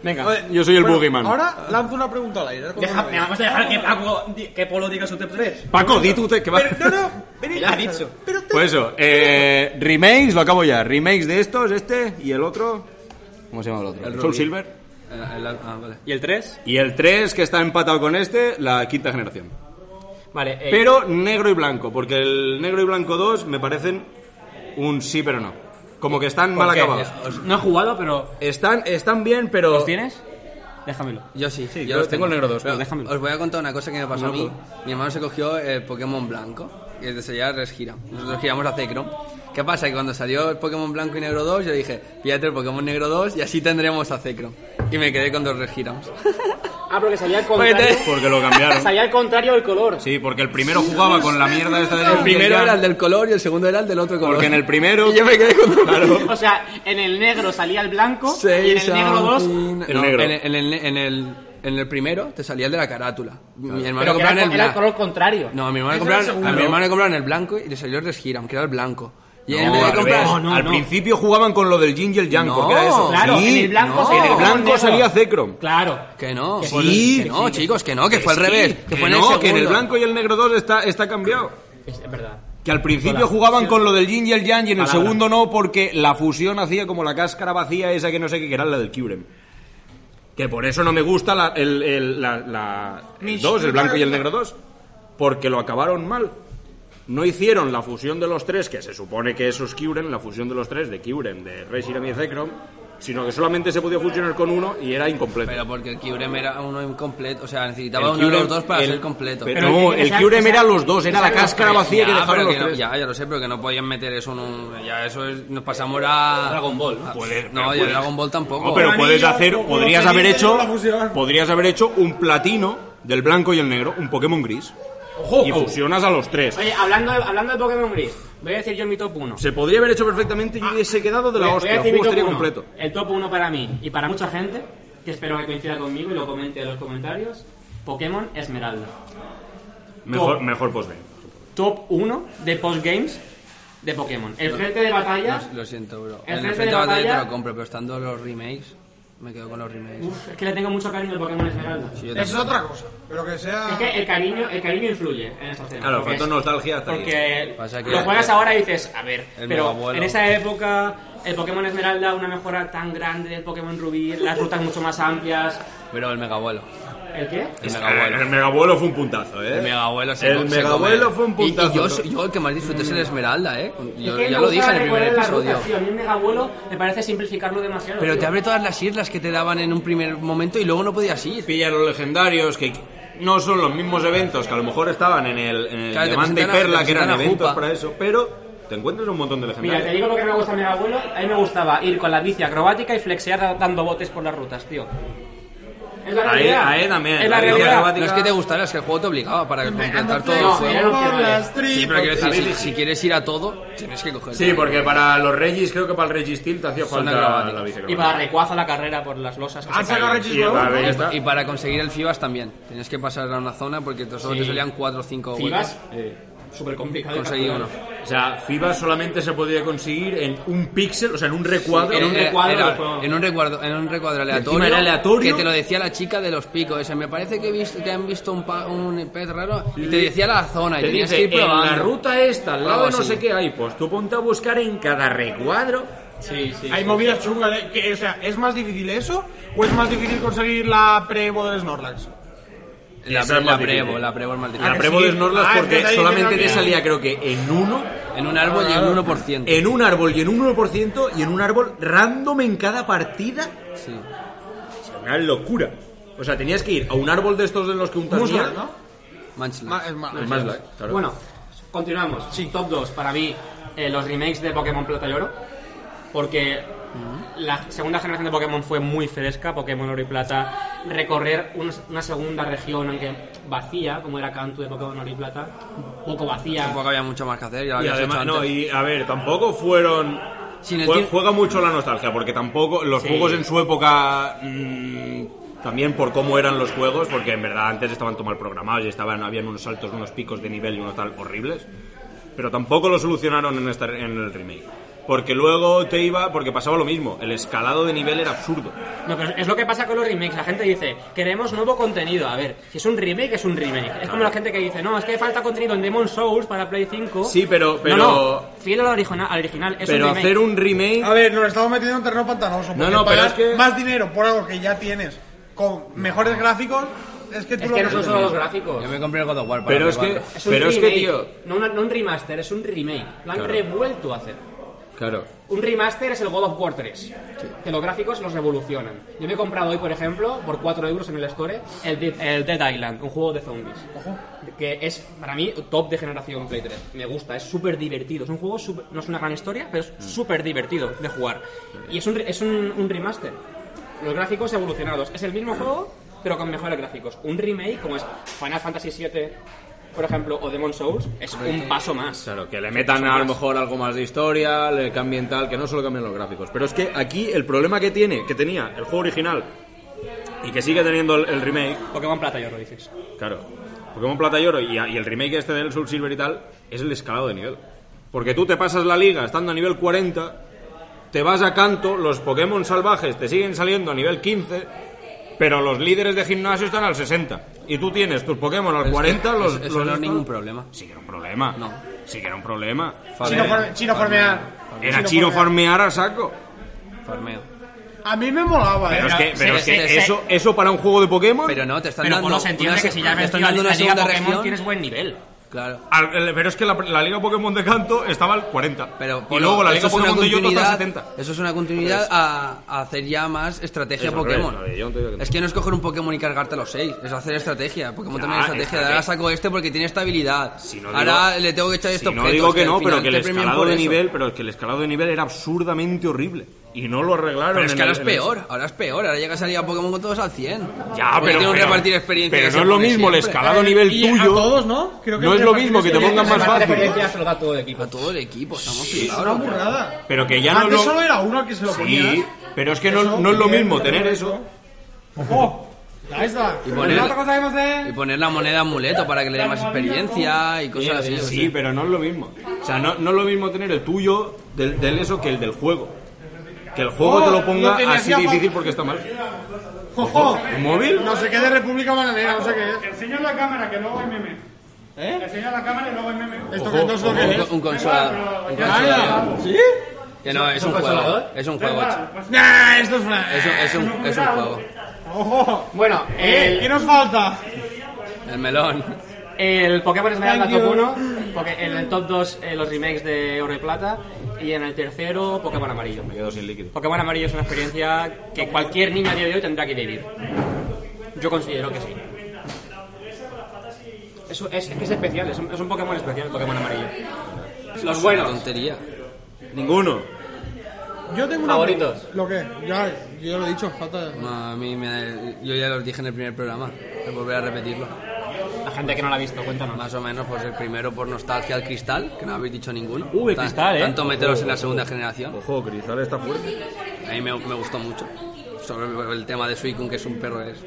[SPEAKER 1] Venga,
[SPEAKER 5] Oye,
[SPEAKER 3] Yo soy el
[SPEAKER 5] bueno,
[SPEAKER 3] boogeyman.
[SPEAKER 5] Ahora lanzo una pregunta al aire. eh, a ver cómo
[SPEAKER 1] deja,
[SPEAKER 5] lo
[SPEAKER 1] me
[SPEAKER 5] veis.
[SPEAKER 1] vamos a dejar que, Paco, di- que Polo diga su top 3.
[SPEAKER 3] Paco, di tú te- que va.
[SPEAKER 5] Pero, no, no. Pero,
[SPEAKER 1] Ya ha dicho.
[SPEAKER 5] Pero te...
[SPEAKER 3] Pues eso, eh, remakes, lo acabo ya. Remakes de estos, este y el otro. ¿Cómo se llama el otro?
[SPEAKER 2] El
[SPEAKER 3] Soul
[SPEAKER 2] Ruby.
[SPEAKER 3] Silver.
[SPEAKER 2] El- el- Ah, vale.
[SPEAKER 1] ¿Y el 3?
[SPEAKER 3] Y el 3, que está empatado con este, la quinta generación.
[SPEAKER 1] Vale, eh,
[SPEAKER 3] Pero negro y blanco, porque el negro y blanco 2 me parecen un sí pero no. Como que están mal
[SPEAKER 2] ¿Por qué?
[SPEAKER 3] acabados.
[SPEAKER 2] Os-
[SPEAKER 1] Eh, no he jugado, pero.
[SPEAKER 3] Están, están bien, pero...
[SPEAKER 1] ¿Los tienes? Déjamelo.
[SPEAKER 2] Yo sí, yo,
[SPEAKER 3] yo
[SPEAKER 2] los
[SPEAKER 3] tengo el negro dos, pues
[SPEAKER 2] Pero
[SPEAKER 3] pero
[SPEAKER 1] déjamelo.
[SPEAKER 2] Os voy a contar una cosa que me pasó a mí.
[SPEAKER 3] Loco.
[SPEAKER 2] Mi hermano se cogió el Pokémon blanco y desde allá les gira. Nosotros giramos a Zekrom. ¿Qué pasa? Que cuando salió el Pokémon blanco y negro 2, yo dije, pídate el Pokémon negro 2 y así tendremos a Zekrom. Y me quedé con dos regiramos.
[SPEAKER 1] Ah, porque salía al
[SPEAKER 2] Porque
[SPEAKER 1] contrario.
[SPEAKER 2] te-
[SPEAKER 3] Porque lo cambiaron.
[SPEAKER 1] Salía al contrario del color.
[SPEAKER 3] Pues Sí, porque el primero jugaba con la mierda esta de...
[SPEAKER 2] El primero era el del color y el segundo era el del otro color.
[SPEAKER 3] Porque en el primero...
[SPEAKER 2] Y yo me quedé con
[SPEAKER 3] Claro.
[SPEAKER 1] O sea, en el negro salía el blanco y en
[SPEAKER 2] Say
[SPEAKER 1] el negro 2
[SPEAKER 2] something.
[SPEAKER 3] El
[SPEAKER 2] No,
[SPEAKER 3] negro.
[SPEAKER 2] En, el- en el, en, el, en el primero te salía el de la carátula. Mi hermano
[SPEAKER 1] Pero que era,
[SPEAKER 2] compraba en el
[SPEAKER 1] era el
[SPEAKER 2] blanco.
[SPEAKER 1] color contrario.
[SPEAKER 2] No, a mi hermano, compraron, a mi hermano le compraron el blanco y le salió el Reshiram, que era el blanco. Y en
[SPEAKER 3] No,
[SPEAKER 2] vez de
[SPEAKER 3] al
[SPEAKER 2] comprar.
[SPEAKER 3] revés.
[SPEAKER 1] no,
[SPEAKER 3] al
[SPEAKER 1] no.
[SPEAKER 3] principio jugaban con lo del Jin y el Yang,
[SPEAKER 2] No,
[SPEAKER 3] porque era eso.
[SPEAKER 1] Claro,
[SPEAKER 3] Sí,
[SPEAKER 1] en el blanco
[SPEAKER 2] no.
[SPEAKER 1] salía
[SPEAKER 3] En el
[SPEAKER 1] el
[SPEAKER 3] blanco
[SPEAKER 1] negro.
[SPEAKER 3] salía Zekrom.
[SPEAKER 1] Claro.
[SPEAKER 2] Que no.
[SPEAKER 1] Que
[SPEAKER 3] sí,
[SPEAKER 2] que
[SPEAKER 3] que
[SPEAKER 2] no,
[SPEAKER 1] sí, que
[SPEAKER 2] chicos, que no, que fue al
[SPEAKER 3] Sí,
[SPEAKER 2] revés. Que
[SPEAKER 3] que
[SPEAKER 2] fue en el
[SPEAKER 3] no, que en el
[SPEAKER 2] segundo.
[SPEAKER 3] blanco y el negro 2 está, está cambiado.
[SPEAKER 1] Es, es verdad.
[SPEAKER 3] Que al principio jugaban con lo del yin y el yang y en el
[SPEAKER 1] Palabra.
[SPEAKER 3] segundo no, porque la fusión hacía como la cáscara vacía esa que no sé qué, que era la del Kyurem. Que por eso no me gusta la, el, el, la, la- el 2, el blanco y el negro 2. Porque lo acabaron mal. No hicieron la fusión de los tres, que se supone que eso es Kyurem, la fusión de los tres, de Kyurem, de Reshiram y Zekrom, sino que solamente se podía fusionar con uno y era incompleto.
[SPEAKER 2] Pero porque el Kyurem era uno incompleto. O sea, necesitaba
[SPEAKER 3] El
[SPEAKER 2] uno de los
[SPEAKER 3] Kyurem-
[SPEAKER 2] dos para
[SPEAKER 3] el-
[SPEAKER 2] ser completo.
[SPEAKER 3] pero
[SPEAKER 1] Pero
[SPEAKER 3] no,
[SPEAKER 1] que
[SPEAKER 3] el
[SPEAKER 1] sea-
[SPEAKER 3] Kyurem
[SPEAKER 1] que sea-
[SPEAKER 3] era los dos, era la cáscara vacía que
[SPEAKER 2] Ya,
[SPEAKER 3] dejaron
[SPEAKER 2] pero
[SPEAKER 3] los
[SPEAKER 2] que no-
[SPEAKER 3] tres.
[SPEAKER 2] ya, ya lo sé, pero que no podían meter eso en un. Ya, eso es, nos pasamos a. Dragon Ball.
[SPEAKER 3] Puede- pero
[SPEAKER 2] no, ya
[SPEAKER 3] puedes.
[SPEAKER 2] Dragon Ball tampoco.
[SPEAKER 3] No, pero puedes hacer,
[SPEAKER 5] como
[SPEAKER 3] podrías
[SPEAKER 5] los
[SPEAKER 3] haber
[SPEAKER 5] felices
[SPEAKER 3] hecho,
[SPEAKER 5] de la fusión.
[SPEAKER 3] podrías haber hecho un platino del blanco y el negro, un Pokémon gris, y fusionas a los tres.
[SPEAKER 1] Oye, hablando de, hablando de Pokémon Gris, voy a decir yo mi top 1.
[SPEAKER 3] Se podría haber hecho perfectamente y
[SPEAKER 2] Ah.
[SPEAKER 3] hubiese quedado de la
[SPEAKER 1] Voy a- voy a
[SPEAKER 3] hostia, el
[SPEAKER 1] decir mi
[SPEAKER 3] juego estaría
[SPEAKER 1] top uno.
[SPEAKER 3] completo.
[SPEAKER 1] El top 1 para mí y para mucha gente, que espero que coincida conmigo y lo comente en los comentarios, Pokémon Esmeralda.
[SPEAKER 3] Mejor,
[SPEAKER 1] Oh.
[SPEAKER 3] mejor postgame.
[SPEAKER 1] Top 1 de postgames de Pokémon. El frente de batalla...
[SPEAKER 2] Lo, lo siento, bro.
[SPEAKER 1] El jefe
[SPEAKER 2] En el
[SPEAKER 1] de
[SPEAKER 2] frente de batalla te
[SPEAKER 1] batalla-
[SPEAKER 2] lo compro, pero estando los remakes, me quedo con los remakes.
[SPEAKER 1] Uf, es que le tengo mucho cariño al Pokémon Esmeralda.
[SPEAKER 2] Sí, yo
[SPEAKER 5] Eso es otra cosa. Pero que sea...
[SPEAKER 1] Es que el cariño, el cariño influye en estos temas.
[SPEAKER 3] Claro,
[SPEAKER 1] porque
[SPEAKER 3] falta
[SPEAKER 1] es-
[SPEAKER 3] nostalgia hasta aquí.
[SPEAKER 1] Porque
[SPEAKER 2] Pasa que-
[SPEAKER 1] lo juegas ahora y dices, a ver,
[SPEAKER 2] El
[SPEAKER 1] pero
[SPEAKER 2] megabuelo.
[SPEAKER 1] en esa época el Pokémon Esmeralda, una mejora tan grande del Pokémon Rubí, las rutas mucho más amplias.
[SPEAKER 2] Pero el megabuelo.
[SPEAKER 1] ¿El qué?
[SPEAKER 2] El
[SPEAKER 3] Eh, El
[SPEAKER 2] megabuelo.
[SPEAKER 3] megabuelo fue un puntazo, ¿eh.
[SPEAKER 2] El megabuelo se
[SPEAKER 3] El
[SPEAKER 2] co- se
[SPEAKER 3] megabuelo
[SPEAKER 2] come.
[SPEAKER 3] fue un puntazo.
[SPEAKER 2] Y, y yo, soy- yo el que más disfruté es el Esmeralda, ¿eh? Yo,
[SPEAKER 1] Mm. Es que
[SPEAKER 2] ya
[SPEAKER 1] me
[SPEAKER 2] lo
[SPEAKER 1] gusta
[SPEAKER 2] dije en el primer
[SPEAKER 1] recordar las
[SPEAKER 2] episodio.
[SPEAKER 1] rutas, tío. A mí un megabuelo me parece simplificarlo demasiado.
[SPEAKER 2] Pero
[SPEAKER 1] tío.
[SPEAKER 2] te abre todas las islas que te daban en un primer momento y luego no podías ir.
[SPEAKER 3] Pilla los legendarios que no son los mismos eventos que a lo mejor estaban en el, en el
[SPEAKER 2] Claro, te
[SPEAKER 3] Diamante y
[SPEAKER 2] presentan a-
[SPEAKER 3] Perla,
[SPEAKER 2] te
[SPEAKER 3] que eran
[SPEAKER 2] presentan a
[SPEAKER 3] eventos
[SPEAKER 2] Jupa.
[SPEAKER 3] para eso, pero te encuentras un montón de legendarios.
[SPEAKER 1] Mira, te digo lo que me gusta el megabuelo. A mí me gustaba ir con la bici acrobática y flexear da- dando botes por las rutas, tío. Es la
[SPEAKER 3] Ahí-
[SPEAKER 1] realidad.
[SPEAKER 3] ahí también,
[SPEAKER 1] Es la
[SPEAKER 3] ahí no me
[SPEAKER 1] realidad.
[SPEAKER 3] acababa
[SPEAKER 2] No es que te gustara, es que el juego te obligaba para completar todo el
[SPEAKER 1] No,
[SPEAKER 2] juego.
[SPEAKER 3] eh.
[SPEAKER 1] era lo que no era.
[SPEAKER 2] Sí, pero quiero decir, si, si quieres ir a todo, tienes que coger.
[SPEAKER 3] Sí, porque para los Regis, creo que para el Regis Steel te hacía falta
[SPEAKER 2] acrobáticas.
[SPEAKER 3] la bicicleta.
[SPEAKER 1] Y para recuazo la carrera por las losas. que se
[SPEAKER 5] Han sacado
[SPEAKER 1] caían.
[SPEAKER 5] Regis
[SPEAKER 3] Y
[SPEAKER 5] nuevo.
[SPEAKER 3] para- ya está.
[SPEAKER 2] Y para conseguir el FIBAS también. Tenías que pasar a una zona porque te- solo te
[SPEAKER 1] Sí.
[SPEAKER 2] salían 4 o 5
[SPEAKER 1] Fibas, súper complicado. de
[SPEAKER 2] Conseguí
[SPEAKER 1] capturar.
[SPEAKER 2] uno.
[SPEAKER 6] O sea, FIBA solamente se podía conseguir en un píxel, o sea, en un recuadro.
[SPEAKER 2] En un,
[SPEAKER 1] Era-
[SPEAKER 2] recuadro,
[SPEAKER 1] era-
[SPEAKER 2] del juego. en un recuadro, en un recuadro aleatorio,
[SPEAKER 6] encima era aleatorio.
[SPEAKER 2] que te lo decía la chica de los picos. O sea, me parece que, he visto- que han visto un, pa- un pez raro y te decía la zona y
[SPEAKER 6] Te
[SPEAKER 2] tenías
[SPEAKER 6] dice,
[SPEAKER 2] que ir
[SPEAKER 6] en
[SPEAKER 2] probando. Ah,
[SPEAKER 6] la ruta esta, al lado
[SPEAKER 2] Algo
[SPEAKER 6] de no
[SPEAKER 2] así.
[SPEAKER 6] sé qué hay, pues tú ponte a buscar en cada recuadro.
[SPEAKER 1] Sí, sí.
[SPEAKER 5] Hay movidas chungas, ¿eh? que, o sea, ¿es más difícil eso o es más difícil conseguir la pre-Evo del Snorlax?
[SPEAKER 2] La,
[SPEAKER 6] Eso es
[SPEAKER 2] la
[SPEAKER 6] más
[SPEAKER 2] prevo,
[SPEAKER 6] difícil.
[SPEAKER 2] la prevo es más difícil.
[SPEAKER 6] La Prevo
[SPEAKER 5] sí?
[SPEAKER 6] de Snorlax
[SPEAKER 5] Ah, es que
[SPEAKER 6] porque
[SPEAKER 5] está ahí
[SPEAKER 6] solamente te
[SPEAKER 5] diciendo
[SPEAKER 6] salía creo que en uno,
[SPEAKER 2] En un árbol y en un 1%.
[SPEAKER 6] en un árbol y en un 1% y en un árbol random en cada partida.
[SPEAKER 2] Sí.
[SPEAKER 6] Una locura. O sea, tenías que ir a un árbol de estos de los que untas
[SPEAKER 5] Musla,
[SPEAKER 6] miel.
[SPEAKER 5] ¿no?
[SPEAKER 2] Manchmal.
[SPEAKER 5] Ma- es ma-
[SPEAKER 6] El más like, claro.
[SPEAKER 1] Bueno, continuamos. Top 2, para mí, eh, los remakes de Pokémon Plata y Oro. Porque la segunda generación de Pokémon fue muy fresca, Pokémon Oro y Plata. Recorrer un- una segunda región, aunque vacía, como era Kanto de Pokémon Oro y Plata, un poco vacía.
[SPEAKER 2] Tampoco había mucho más que hacer, ya lo
[SPEAKER 3] Y
[SPEAKER 2] habías
[SPEAKER 3] además,
[SPEAKER 2] hecho
[SPEAKER 3] no,
[SPEAKER 2] antes.
[SPEAKER 3] y a ver, tampoco fueron.
[SPEAKER 2] Sin el
[SPEAKER 3] jue-
[SPEAKER 2] tiempo-
[SPEAKER 3] Juega mucho la nostalgia, porque tampoco. Los
[SPEAKER 1] Sí.
[SPEAKER 3] juegos en su época. mm, también por cómo eran los juegos, porque en verdad antes estaban todo mal programados y estaban, habían unos saltos, unos picos de nivel y uno tal horribles. Pero tampoco lo solucionaron en, esta- en el remake. Porque luego te iba. Porque pasaba lo mismo. El escalado de nivel era absurdo.
[SPEAKER 1] No, pero es lo que pasa con los remakes. La gente dice, queremos nuevo contenido. A ver, si es un remake, es un remake. Es como la gente que dice, no, es que falta contenido en Demon Souls para Play 5.
[SPEAKER 3] Sí, pero-
[SPEAKER 1] No,
[SPEAKER 3] pero-
[SPEAKER 1] no, fiel al original. Al original es
[SPEAKER 3] Pero
[SPEAKER 1] un remake.
[SPEAKER 3] hacer un remake.
[SPEAKER 6] Ah,
[SPEAKER 5] A ver, nos estamos metiendo en un terreno pantanoso. porque
[SPEAKER 3] no, pero
[SPEAKER 5] pagar
[SPEAKER 3] es que-
[SPEAKER 5] Más dinero por algo que ya tienes con mejores gráficos es que tú
[SPEAKER 1] Es
[SPEAKER 5] lo
[SPEAKER 1] que no son
[SPEAKER 5] ves
[SPEAKER 1] solo los
[SPEAKER 5] venir.
[SPEAKER 1] gráficos.
[SPEAKER 2] Yo me compré el God of War para
[SPEAKER 3] Pero es
[SPEAKER 2] Play
[SPEAKER 3] que.
[SPEAKER 2] 4.
[SPEAKER 1] Es un
[SPEAKER 3] Pero es que,
[SPEAKER 1] remake,
[SPEAKER 3] tío.
[SPEAKER 1] No, una- no un remaster, es un remake. Lo han
[SPEAKER 3] Claro.
[SPEAKER 1] revuelto a hacer.
[SPEAKER 3] Claro.
[SPEAKER 1] Un remaster es el God of War 3. Que los gráficos los revolucionan. Yo me he comprado hoy, por ejemplo, por 4 euros en el Store, el, Dead- el Dead Island, un juego de zombies. Que es, para mí, top de generación Play 3. Me gusta, es súper divertido. Es un juego, súper- no es una gran historia, pero es
[SPEAKER 2] Mm.
[SPEAKER 1] súper divertido de jugar. Y es, un, re- es un, un remaster. Los gráficos evolucionados. Es el mismo juego, pero con mejores gráficos. Un remake, como es Final Fantasy VII, por ejemplo, o Demon Souls, es un paso más.
[SPEAKER 6] Claro, que le metan a lo mejor algo más de historia, le cambien tal, que no solo cambien los gráficos. Pero es que aquí el problema que tiene, que tenía el juego original y que sigue teniendo el, el remake,
[SPEAKER 1] Pokémon Plata, yo lo dices.
[SPEAKER 6] claro, Pokémon Plata y Oro y, y el remake este del Soul Silver y tal, es el escalado de nivel. Porque tú te pasas la liga estando a nivel 40, te vas a canto, los Pokémon salvajes te siguen saliendo a nivel 15, pero los líderes de gimnasio están al 60. Y tú tienes tus Pokémon al
[SPEAKER 2] Pero es
[SPEAKER 6] 40,
[SPEAKER 2] que
[SPEAKER 6] los...
[SPEAKER 2] eso-
[SPEAKER 6] los
[SPEAKER 2] eso no es
[SPEAKER 6] estos-
[SPEAKER 2] ningún problema.
[SPEAKER 6] Sí que era un problema.
[SPEAKER 2] No.
[SPEAKER 6] Sí que era un problema.
[SPEAKER 5] Chino,
[SPEAKER 2] Farmeo.
[SPEAKER 5] farme- chino farmear.
[SPEAKER 6] Era chino farmear a saco.
[SPEAKER 2] Farmeo.
[SPEAKER 5] A mí me molaba,
[SPEAKER 6] Pero
[SPEAKER 5] eh.
[SPEAKER 6] es que, pero es
[SPEAKER 1] sí,
[SPEAKER 6] que
[SPEAKER 1] sí, sí.
[SPEAKER 6] eso, eso para un juego de Pokémon.
[SPEAKER 2] Pero no, te están
[SPEAKER 1] Pero
[SPEAKER 2] dando.
[SPEAKER 1] Polo se entiende
[SPEAKER 2] una
[SPEAKER 1] que
[SPEAKER 2] se-
[SPEAKER 1] si ya has
[SPEAKER 2] te están
[SPEAKER 1] metido a
[SPEAKER 2] dando
[SPEAKER 1] la
[SPEAKER 2] una
[SPEAKER 1] Liga
[SPEAKER 2] segunda
[SPEAKER 1] Pokémon
[SPEAKER 2] región.
[SPEAKER 1] tienes buen nivel.
[SPEAKER 2] Claro.
[SPEAKER 6] al- el- pero es que la, la Liga Pokémon de Canto estaba al 40.
[SPEAKER 2] Pero,
[SPEAKER 6] y
[SPEAKER 2] Polo,
[SPEAKER 6] luego la Liga
[SPEAKER 2] eso es una
[SPEAKER 6] Pokémon de Yoto está al
[SPEAKER 2] continuidad-
[SPEAKER 6] 70.
[SPEAKER 2] Eso es una continuidad a, a hacer ya más estrategia
[SPEAKER 6] Eso,
[SPEAKER 2] Pokémon.
[SPEAKER 6] a ver, yo no te digo que no.
[SPEAKER 2] Es que no es coger un Pokémon y cargarte los seis, es hacer estrategia. Pokémon también es estrategia. de Ahora
[SPEAKER 6] estrategia.
[SPEAKER 2] saco este porque tiene estabilidad.
[SPEAKER 6] Si no
[SPEAKER 2] Ahora
[SPEAKER 6] digo-
[SPEAKER 2] le tengo que echar
[SPEAKER 6] Si
[SPEAKER 2] estos
[SPEAKER 6] no digo que no, pero que el escalado
[SPEAKER 2] escalado
[SPEAKER 6] de nivel, pero es que el escalado de nivel era absurdamente horrible. Y no lo arreglaron.
[SPEAKER 2] Pero es
[SPEAKER 6] en
[SPEAKER 2] que ahora
[SPEAKER 6] el-
[SPEAKER 2] es
[SPEAKER 6] en el-
[SPEAKER 2] peor, ahora es peor, ahora llega a salir a Pokémon con todos al 100.
[SPEAKER 6] Ya,
[SPEAKER 2] Porque
[SPEAKER 6] pero,
[SPEAKER 2] tiene un
[SPEAKER 6] pero-
[SPEAKER 2] repartir experiencia.
[SPEAKER 6] pero
[SPEAKER 2] que
[SPEAKER 6] no
[SPEAKER 2] se
[SPEAKER 6] es lo
[SPEAKER 2] pone
[SPEAKER 6] mismo el
[SPEAKER 2] siempre.
[SPEAKER 6] escalado nivel
[SPEAKER 5] Y
[SPEAKER 6] tuyo.
[SPEAKER 5] a todos, ¿no? Creo que
[SPEAKER 6] no
[SPEAKER 5] el
[SPEAKER 6] es lo
[SPEAKER 5] repartir
[SPEAKER 6] mismo que te
[SPEAKER 5] experiencia
[SPEAKER 6] pongan
[SPEAKER 5] es
[SPEAKER 6] más
[SPEAKER 5] más
[SPEAKER 6] fácil.
[SPEAKER 1] Ya se lo da todo el equipo.
[SPEAKER 2] A todo el equipo, estamos
[SPEAKER 5] Es
[SPEAKER 2] flipados.
[SPEAKER 5] una burrada.
[SPEAKER 6] Pero Ah, que ya no
[SPEAKER 5] Antes
[SPEAKER 6] lo-
[SPEAKER 5] solo era uno que se lo ponía.
[SPEAKER 6] Sí, pero es que no, no es lo mismo tener eso.
[SPEAKER 5] ¡Ojo! Ahí está.
[SPEAKER 2] Y poner-
[SPEAKER 5] Nosotros sabemos de-
[SPEAKER 2] Y poner la moneda amuleto para que le dé más experiencia y cosas así.
[SPEAKER 6] Sí,
[SPEAKER 2] sí.
[SPEAKER 6] pero no es lo mismo. O sea, no, no es lo mismo tener el tuyo del, del eso que el del juego. Que el juego
[SPEAKER 5] Oh,
[SPEAKER 6] te lo
[SPEAKER 5] no
[SPEAKER 6] ponga
[SPEAKER 5] tenía
[SPEAKER 6] así
[SPEAKER 5] llama.
[SPEAKER 6] difícil porque está mal.
[SPEAKER 5] ¡Ojo!
[SPEAKER 6] ¿Un móvil?
[SPEAKER 5] No sé qué de República Bananera, no sé qué es.
[SPEAKER 8] Enseña la cámara, que luego hay meme.
[SPEAKER 5] ¿Eh?
[SPEAKER 8] Enseña la cámara y luego hay meme.
[SPEAKER 5] Esto que no es lo que
[SPEAKER 2] Un,
[SPEAKER 5] es.
[SPEAKER 2] co- un consolador. Un
[SPEAKER 5] ¡Hala!
[SPEAKER 2] consolador.
[SPEAKER 5] ¿Sí?
[SPEAKER 2] Que no, es un juego. Es un juego.
[SPEAKER 8] Igual, pues,
[SPEAKER 5] Nah, esto es una...
[SPEAKER 2] Es un, es un, es un juego.
[SPEAKER 5] ¡Ojo!
[SPEAKER 1] Bueno,
[SPEAKER 5] ¿Eh? ¿Qué
[SPEAKER 1] el,
[SPEAKER 5] nos falta?
[SPEAKER 2] El melón.
[SPEAKER 1] el Pokémon Esmeralda
[SPEAKER 5] Thank
[SPEAKER 1] top
[SPEAKER 5] you.
[SPEAKER 1] 1, porque en el top 2 eh, los remakes de Oro y Plata, y en el tercero Pokémon Amarillo.
[SPEAKER 6] Me quedo sin líquido.
[SPEAKER 1] Pokémon Amarillo es una experiencia que cualquier niño a día de hoy tendrá que vivir. Yo considero que sí. Es, es, es que es especial, es un, es un Pokémon especial, Pokémon Amarillo. Los
[SPEAKER 2] Una
[SPEAKER 1] buenos.
[SPEAKER 2] Tontería.
[SPEAKER 6] Ninguno.
[SPEAKER 5] Yo tengo una...
[SPEAKER 1] Favoritos.
[SPEAKER 5] ¿Lo qué? Ya, yo ya lo he dicho, falta...
[SPEAKER 2] No, a mí me, yo ya los dije en el primer programa. Volver a repetirlo.
[SPEAKER 1] La gente que no la ha visto, cuéntanos.
[SPEAKER 2] Más o menos, pues el primero por nostalgia al cristal, que no habéis dicho ninguno.
[SPEAKER 1] Uh, el Cristal, ¿eh?
[SPEAKER 2] Tanto meteros en la segunda generación.
[SPEAKER 6] Ojo, Crizal está fuerte.
[SPEAKER 2] A mí me, me gustó mucho. Sobre el tema de Suicune, que es un perro, es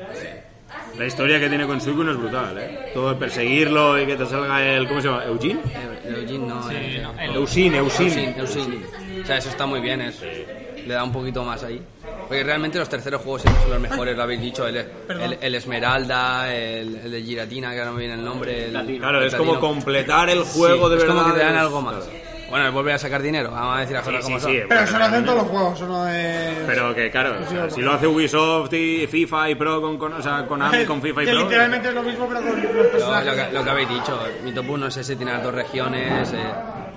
[SPEAKER 3] La historia que tiene con Suicune es brutal, ¿eh? Todo el perseguirlo y que te salga el... ¿Cómo se llama? ¿Eugene?
[SPEAKER 2] El Eugene no. eh,
[SPEAKER 3] El Eusin,
[SPEAKER 2] Eusin,
[SPEAKER 3] Eusin.
[SPEAKER 2] Eusin. O sea, eso está muy bien, eso. Le da un poquito más ahí. Porque realmente los terceros juegos siempre son los mejores, lo habéis dicho. El, el, el Esmeralda, el, el de Giratina, que ahora no me viene el nombre. El,
[SPEAKER 3] Claro,
[SPEAKER 2] el
[SPEAKER 3] es como
[SPEAKER 2] platino.
[SPEAKER 3] completar el juego
[SPEAKER 2] Sí,
[SPEAKER 3] de
[SPEAKER 2] es
[SPEAKER 3] verdad.
[SPEAKER 2] como que te dan
[SPEAKER 3] es-
[SPEAKER 2] algo más. Bueno, volver a sacar dinero, vamos a decir las
[SPEAKER 3] Sí,
[SPEAKER 2] cosas
[SPEAKER 3] sí,
[SPEAKER 2] como
[SPEAKER 3] sí.
[SPEAKER 2] son.
[SPEAKER 5] Pero
[SPEAKER 3] bueno,
[SPEAKER 5] eso lo hacen todos los juegos, eso no es.
[SPEAKER 3] Pero que claro, o sea, si lo hace Ubisoft y FIFA y Pro con, con o sea, Konami Oh, con FIFA y
[SPEAKER 5] que
[SPEAKER 3] Pro.
[SPEAKER 5] literalmente es lo mismo, pero con los
[SPEAKER 2] Lo, lo
[SPEAKER 5] personajes.
[SPEAKER 2] que, lo que habéis dicho, mi top 1 es ese, tiene las dos regiones, eh,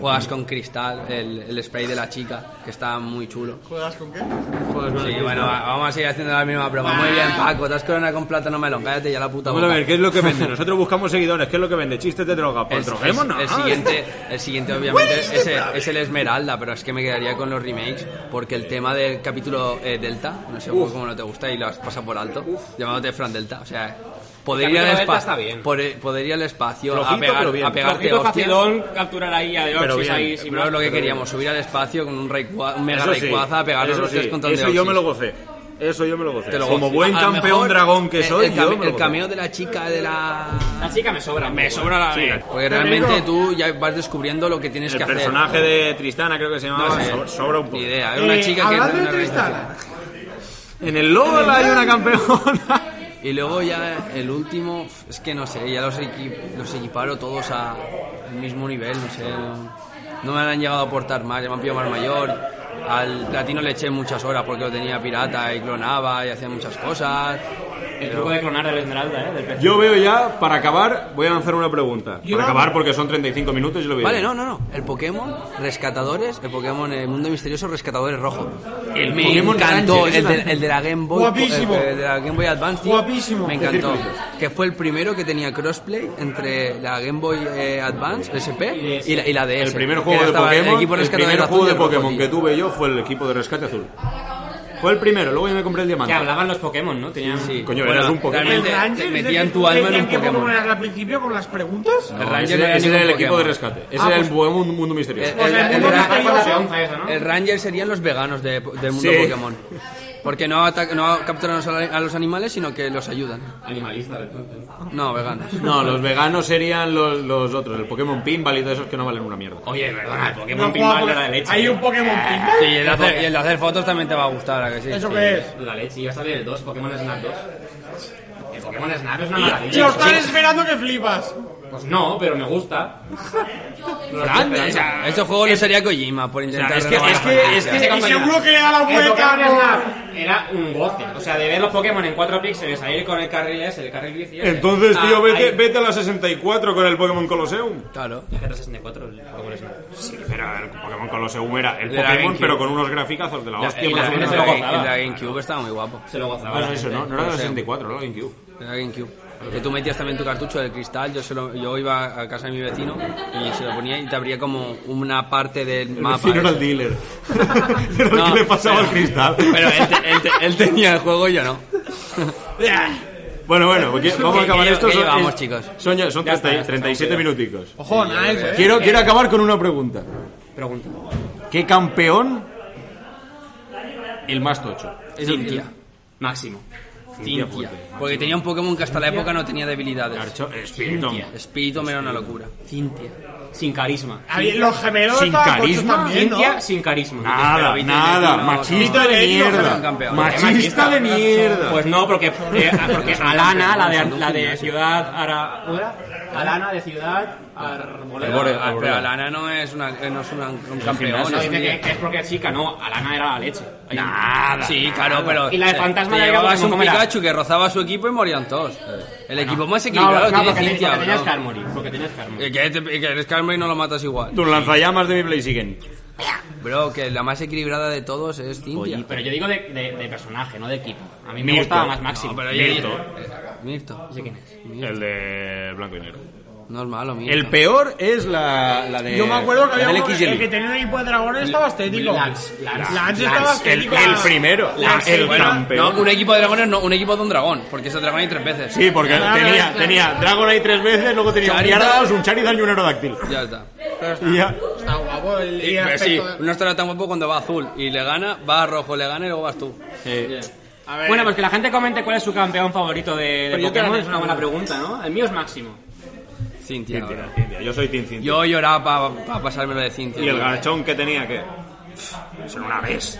[SPEAKER 2] juegas con cristal, el, el spray de la chica, que está muy chulo.
[SPEAKER 5] ¿Juegas con qué?
[SPEAKER 2] Sí, bueno, va- vamos a seguir haciendo la misma broma. Muy bien, Paco, te has coronado con plátano melón, cállate ya la puta
[SPEAKER 3] Vamos a
[SPEAKER 2] boca.
[SPEAKER 3] ver, ¿qué es lo que vende? Nosotros buscamos seguidores, ¿qué es lo que vende? Chistes de droga,
[SPEAKER 2] El,
[SPEAKER 3] pues droguemos,
[SPEAKER 2] el-
[SPEAKER 3] ¿no?
[SPEAKER 2] el siguiente, el siguiente obviamente es, el- es el Esmeralda, pero es que me quedaría con los remakes porque el tema del capítulo eh, Delta, no sé cómo no te gusta y lo has pasado por alto, llamándote Fran Delta, o sea, poder ir,
[SPEAKER 1] capítulo
[SPEAKER 2] al
[SPEAKER 1] Delta
[SPEAKER 2] espa-
[SPEAKER 1] está bien.
[SPEAKER 2] poder- poder ir al espacio a,
[SPEAKER 3] Flojito,
[SPEAKER 2] pegar-
[SPEAKER 3] pero bien.
[SPEAKER 2] a pegarte
[SPEAKER 1] Poquito
[SPEAKER 2] hostias.
[SPEAKER 1] facilón capturar ahí a
[SPEAKER 3] Pero
[SPEAKER 1] Deoxys
[SPEAKER 3] bien,
[SPEAKER 1] ahí sin
[SPEAKER 2] Bro,
[SPEAKER 1] más.
[SPEAKER 2] es lo que queríamos, subir al espacio con un, raicua- un mega
[SPEAKER 3] Eso sí,
[SPEAKER 2] Rayquaza a pegar los
[SPEAKER 3] eso
[SPEAKER 2] hostias
[SPEAKER 3] sí,
[SPEAKER 2] contra el
[SPEAKER 3] Eso yo
[SPEAKER 2] Deoxys.
[SPEAKER 3] me lo gocé. Eso yo me lo gocé.
[SPEAKER 2] Te lo
[SPEAKER 3] Como
[SPEAKER 2] gozo.
[SPEAKER 3] buen
[SPEAKER 2] A lo
[SPEAKER 3] campeón
[SPEAKER 2] mejor,
[SPEAKER 3] dragón
[SPEAKER 2] el-
[SPEAKER 3] que soy,
[SPEAKER 2] el,
[SPEAKER 3] yo
[SPEAKER 2] came-
[SPEAKER 3] me lo
[SPEAKER 2] el
[SPEAKER 3] gocé.
[SPEAKER 2] cameo de la chica de la...
[SPEAKER 1] La chica me sobra. Eh, Me
[SPEAKER 3] sobra la Sí, vida.
[SPEAKER 2] Porque realmente tú ya vas descubriendo lo que tienes
[SPEAKER 3] El
[SPEAKER 2] que
[SPEAKER 3] personaje de Tristana creo que se llamaba,
[SPEAKER 2] hacer.
[SPEAKER 3] so- sobra un poco.
[SPEAKER 2] Ni idea, era una
[SPEAKER 5] Eh,
[SPEAKER 2] chica que era de una
[SPEAKER 5] hablando de
[SPEAKER 2] organización.
[SPEAKER 5] Tristana.
[SPEAKER 3] En el LOL hay una campeona.
[SPEAKER 2] Y luego ya el último, f- es que no sé, ya los, equi- los equiparo todos a- al mismo nivel, no sé. no- No me han llegado a aportar más, ya me han pillado más mayor. Al platino le eché muchas horas porque lo tenía pirata y clonaba y hacía muchas cosas.
[SPEAKER 1] El truco de clonar de la Esmeralda, ¿eh? Del pez.
[SPEAKER 3] Yo veo ya, para acabar, voy a lanzar una pregunta.
[SPEAKER 5] Yo-
[SPEAKER 3] Para acabar, porque son 35 minutos y lo veo.
[SPEAKER 2] Vale,
[SPEAKER 3] bien.
[SPEAKER 2] no, no, no. El Pokémon Rescatadores, el Pokémon eh, Mundo Misterioso Rescatadores Rojo. El me
[SPEAKER 3] Pokémon
[SPEAKER 2] encantó,
[SPEAKER 3] Ranger,
[SPEAKER 2] el
[SPEAKER 3] ese
[SPEAKER 2] de, el de la Game Boy.
[SPEAKER 5] Guapísimo.
[SPEAKER 2] eh, El de la Game Boy Advance. tío.
[SPEAKER 5] Guapísimo.
[SPEAKER 2] Me encantó. Que fue el primero que tenía crossplay entre la Game Boy eh, Advance, SP, y la, y la DS.
[SPEAKER 3] El primer
[SPEAKER 2] Que
[SPEAKER 3] juego de
[SPEAKER 2] estaba El
[SPEAKER 3] Pokémon,
[SPEAKER 2] equipo
[SPEAKER 3] el
[SPEAKER 2] rescatador
[SPEAKER 3] primer
[SPEAKER 2] azul
[SPEAKER 3] juego
[SPEAKER 2] y
[SPEAKER 3] de
[SPEAKER 2] el rojo,
[SPEAKER 3] Pokémon que
[SPEAKER 2] tío.
[SPEAKER 3] tuve yo fue el equipo de rescate azul. Fue el primero, luego yo me compré el diamante.
[SPEAKER 1] Que hablaban los Pokémon, ¿no? Tenían... Pues
[SPEAKER 2] Sí.
[SPEAKER 3] Coño, eras un Pokémon.
[SPEAKER 2] realmente
[SPEAKER 5] El
[SPEAKER 2] te
[SPEAKER 5] Ranger,
[SPEAKER 2] metían tu alma en un
[SPEAKER 5] que
[SPEAKER 2] Pokémon.
[SPEAKER 5] al principio con las preguntas?
[SPEAKER 2] El
[SPEAKER 3] No,
[SPEAKER 2] Ranger
[SPEAKER 3] ese
[SPEAKER 2] no era
[SPEAKER 3] ese
[SPEAKER 2] ningún
[SPEAKER 3] el equipo de
[SPEAKER 2] Pokémon.
[SPEAKER 3] rescate. Ese
[SPEAKER 5] Ah,
[SPEAKER 3] era el
[SPEAKER 5] pues-
[SPEAKER 3] Pokémon Mundo Misterioso.
[SPEAKER 2] El-
[SPEAKER 8] Eh,
[SPEAKER 5] Pues
[SPEAKER 2] el-
[SPEAKER 5] el
[SPEAKER 2] el-
[SPEAKER 5] mundo
[SPEAKER 2] el-
[SPEAKER 5] misterioso.
[SPEAKER 2] El Ranger serían los veganos de- del mundo
[SPEAKER 3] Sí.
[SPEAKER 2] Pokémon. Porque no, ataca- no capturan a los- a los animales, sino que los ayudan.
[SPEAKER 1] Animalistas.
[SPEAKER 2] No, veganos.
[SPEAKER 3] No, los veganos serían los, los otros, el Pokémon Pinball y todos esos que no valen una mierda.
[SPEAKER 1] Oye, perdona, el Pokémon
[SPEAKER 5] No
[SPEAKER 1] Pinball
[SPEAKER 5] juega
[SPEAKER 1] era de
[SPEAKER 5] por-
[SPEAKER 1] leche.
[SPEAKER 5] Hay un Pokémon Pinball.
[SPEAKER 2] Sí, el de, hacer, y el de hacer fotos también te va a gustar, ¿a que sí?
[SPEAKER 5] ¿Eso qué es?
[SPEAKER 1] La leche. Iba a salir el 2, Pokémon Snap 2. El Pokémon Snap es una
[SPEAKER 5] Si lo
[SPEAKER 1] maravilla.
[SPEAKER 5] están esperando que flipas.
[SPEAKER 1] Pues no, pero me gusta.
[SPEAKER 2] Grande, o sea, Ese juego le sería Kojima por intentar...
[SPEAKER 1] es que-
[SPEAKER 2] renovar
[SPEAKER 1] es
[SPEAKER 2] la
[SPEAKER 1] que-
[SPEAKER 2] franquicia.
[SPEAKER 1] es que-
[SPEAKER 5] Y seguro que le da la
[SPEAKER 1] El
[SPEAKER 5] vuelta.
[SPEAKER 1] Pokémon
[SPEAKER 5] ¿no?
[SPEAKER 1] Snap era un goce. O sea, de ver los Pokémon en 4 píxeles, salir con el carril ese, el carril bici. ese,
[SPEAKER 3] Entonces,
[SPEAKER 1] a-
[SPEAKER 3] tío, vete,
[SPEAKER 1] ahí-
[SPEAKER 3] vete a la 64 con el Pokémon Colosseum.
[SPEAKER 2] Claro.
[SPEAKER 1] La GT64, el Pokémon Snap.
[SPEAKER 3] Sí, pero el Pokémon Colosseum era el
[SPEAKER 2] Era
[SPEAKER 3] Pokémon,
[SPEAKER 2] GameCube.
[SPEAKER 3] pero con unos graficazos de la hostia.
[SPEAKER 2] el,
[SPEAKER 6] pues,
[SPEAKER 3] más o
[SPEAKER 2] el-
[SPEAKER 3] menos.
[SPEAKER 2] el-
[SPEAKER 1] lo
[SPEAKER 2] el-
[SPEAKER 1] gozaba.
[SPEAKER 2] el de la Pues GameCube estaba muy guapo.
[SPEAKER 1] Se lo gozaba.
[SPEAKER 3] Ah,
[SPEAKER 1] la
[SPEAKER 3] no, eso
[SPEAKER 1] gente.
[SPEAKER 3] no, no era la
[SPEAKER 2] Colosseum.
[SPEAKER 3] 64, era la GameCube.
[SPEAKER 2] El de la GameCube. Que tú metías también tu cartucho del cristal, yo, se lo- yo iba a casa de mi vecino y se lo ponía y te abría como una parte del
[SPEAKER 3] El
[SPEAKER 2] mapa.
[SPEAKER 3] vecino
[SPEAKER 2] ese.
[SPEAKER 3] era el dealer. Eh. era el
[SPEAKER 2] No,
[SPEAKER 3] que le pasaba
[SPEAKER 2] pero-
[SPEAKER 3] el cristal.
[SPEAKER 2] Pero él, te- él te- él tenía el juego y yo no.
[SPEAKER 3] Bueno, bueno, porque vamos a acabar
[SPEAKER 2] Que-
[SPEAKER 3] esto.
[SPEAKER 2] que
[SPEAKER 3] son-
[SPEAKER 2] llevamos,
[SPEAKER 3] es-
[SPEAKER 2] chicos.
[SPEAKER 3] Son, ya- son 30 37 minuticos.
[SPEAKER 5] Ojo, nice, eh.
[SPEAKER 3] Quiero, quiero acabar con una pregunta.
[SPEAKER 1] Pregunta.
[SPEAKER 3] ¿Qué campeón el más tocho?
[SPEAKER 2] Cintia.
[SPEAKER 1] Máximo.
[SPEAKER 2] Cintia. Porque tenía un Pokémon que hasta la época no tenía debilidades.
[SPEAKER 3] Garcho, eh, Espíritu.
[SPEAKER 2] Espíritu me era una locura.
[SPEAKER 1] Cintia. Sin carisma.
[SPEAKER 8] Ah,
[SPEAKER 5] Había- Los gemelos
[SPEAKER 3] Sin
[SPEAKER 5] estaban cochos
[SPEAKER 3] carisma.
[SPEAKER 5] también, ¿no?
[SPEAKER 1] Cintia sin carisma.
[SPEAKER 3] Nada,
[SPEAKER 2] Vito
[SPEAKER 3] nada.
[SPEAKER 2] Iñaki, no,
[SPEAKER 3] machista
[SPEAKER 5] no.
[SPEAKER 3] de
[SPEAKER 5] Vito Iñaki,
[SPEAKER 2] no,
[SPEAKER 3] mierda.
[SPEAKER 2] campeón.
[SPEAKER 3] Machista de mierda.
[SPEAKER 1] Pues no, porque, eh, porque Alana, la de, la de Ciudad Ara... ¿cómo era? Alana de Ciudad Arboleda.
[SPEAKER 2] Pero, ah, pero Alana no es, una, eh, no es una- un campeón.
[SPEAKER 1] No,
[SPEAKER 2] es un
[SPEAKER 1] dice que,
[SPEAKER 2] día-
[SPEAKER 1] que es porque es chica, no. Alana era la leche. Ahí.
[SPEAKER 2] Sí, claro, pero.
[SPEAKER 1] Y la de
[SPEAKER 2] te-
[SPEAKER 1] fantasma
[SPEAKER 2] te
[SPEAKER 1] de
[SPEAKER 2] llevabas
[SPEAKER 1] Gago,
[SPEAKER 2] un
[SPEAKER 1] ¿cómo era?
[SPEAKER 2] Pikachu que rozaba a su equipo y morían todos. El equipo más
[SPEAKER 1] No,
[SPEAKER 2] equilibrado
[SPEAKER 1] no, porque,
[SPEAKER 2] tiene
[SPEAKER 1] te-
[SPEAKER 2] Cintia,
[SPEAKER 1] porque tenías
[SPEAKER 2] bro.
[SPEAKER 1] Carmory. Porque tenías Carmory.
[SPEAKER 2] Eh, Que, te- que eres Carmen y no lo matas igual.
[SPEAKER 3] Tus lanzallamas de mi Blaziken.
[SPEAKER 2] Bro, que la más equilibrada de todos es Cintia.
[SPEAKER 1] Oye, pero yo digo de, de- de personaje, no de equipo. A mí me
[SPEAKER 3] Mirto.
[SPEAKER 1] gustaba más Máximo.
[SPEAKER 2] No, pero ya-
[SPEAKER 3] Mirto.
[SPEAKER 2] eh, Mirto.
[SPEAKER 1] No sé quién es.
[SPEAKER 3] El de blanco y negro.
[SPEAKER 2] No es malo, Mirto.
[SPEAKER 3] El peor es la, la de.
[SPEAKER 5] Yo me acuerdo que
[SPEAKER 3] la
[SPEAKER 5] había
[SPEAKER 3] del
[SPEAKER 5] uno,
[SPEAKER 3] XY.
[SPEAKER 5] el que tenía un equipo de dragones estaba estético.
[SPEAKER 1] Lance, Lance,
[SPEAKER 5] Lance estaba
[SPEAKER 3] Ah, El,
[SPEAKER 5] estético.
[SPEAKER 3] el primero. el campeón.
[SPEAKER 2] No, un equipo de dragones no, un equipo de un dragón. Porque ese dragón hay tres veces.
[SPEAKER 3] Sí, porque tenía, tenía Dragonite tres veces, luego tenía un
[SPEAKER 2] Charizard.
[SPEAKER 3] Gyarados, un Charizard y un Aerodactyl.
[SPEAKER 2] Ya está.
[SPEAKER 5] Eh,
[SPEAKER 3] Y ya.
[SPEAKER 5] Está guapo el, el
[SPEAKER 2] Pero sí,
[SPEAKER 5] aspecto de-
[SPEAKER 2] no estará tan guapo cuando va azul y le gana, va a rojo, le gana y luego vas tú.
[SPEAKER 3] Eh,
[SPEAKER 5] A ver.
[SPEAKER 1] Bueno, pues que la gente comente cuál es su campeón favorito de, de
[SPEAKER 9] yo te la
[SPEAKER 1] Pokémon.
[SPEAKER 9] haré
[SPEAKER 1] Es una buena pregunta, ¿no? El mío es Máximo.
[SPEAKER 2] Cintia.
[SPEAKER 3] Cintia,
[SPEAKER 2] ahora.
[SPEAKER 3] Cintia. Yo soy Team Cintia.
[SPEAKER 2] Yo lloraba para pasármelo de Cintia.
[SPEAKER 3] Y el
[SPEAKER 2] tío.
[SPEAKER 3] garachón que tenía, que Ser una vez.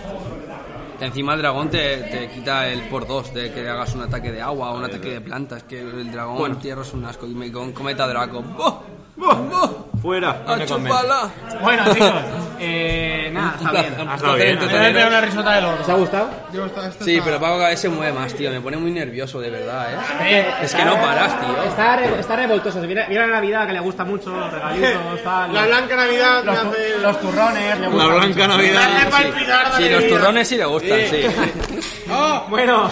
[SPEAKER 2] Que encima el dragón te, te quita el por dos de que hagas un ataque de agua o un ataque de plantas. Que el dragón tierra es un asco. Y me con cometa draco. ¡Oh! ¡Oh!
[SPEAKER 3] Fuera.
[SPEAKER 2] ¡A chuparla!
[SPEAKER 1] Bueno, chicos, eh, nada,
[SPEAKER 2] Un
[SPEAKER 1] está
[SPEAKER 2] placer,
[SPEAKER 1] bien.
[SPEAKER 2] un
[SPEAKER 3] estado
[SPEAKER 2] placer
[SPEAKER 3] bien,
[SPEAKER 5] Me voy a
[SPEAKER 2] entreteneros.
[SPEAKER 5] pegar una risota del oro.
[SPEAKER 1] ¿Os ha gustado?
[SPEAKER 5] Yo esta- esta
[SPEAKER 2] Sí,
[SPEAKER 5] está-
[SPEAKER 2] pero Paco cada vez se mueve más, tío. Me pone muy nervioso, de verdad, ¿eh? Es que no paras, tío.
[SPEAKER 1] Está, re- está revoltoso. Viene, viene la Navidad que le gusta mucho, los regalitos, tal.
[SPEAKER 5] La blanca Navidad me
[SPEAKER 1] los,
[SPEAKER 5] hace...
[SPEAKER 1] los turrones, le gusta.
[SPEAKER 6] blanca
[SPEAKER 5] me hace
[SPEAKER 6] Navidad.
[SPEAKER 5] palpitar la
[SPEAKER 2] Sí, los
[SPEAKER 5] alegría.
[SPEAKER 2] turrones sí le gustan, sí.
[SPEAKER 1] Bueno.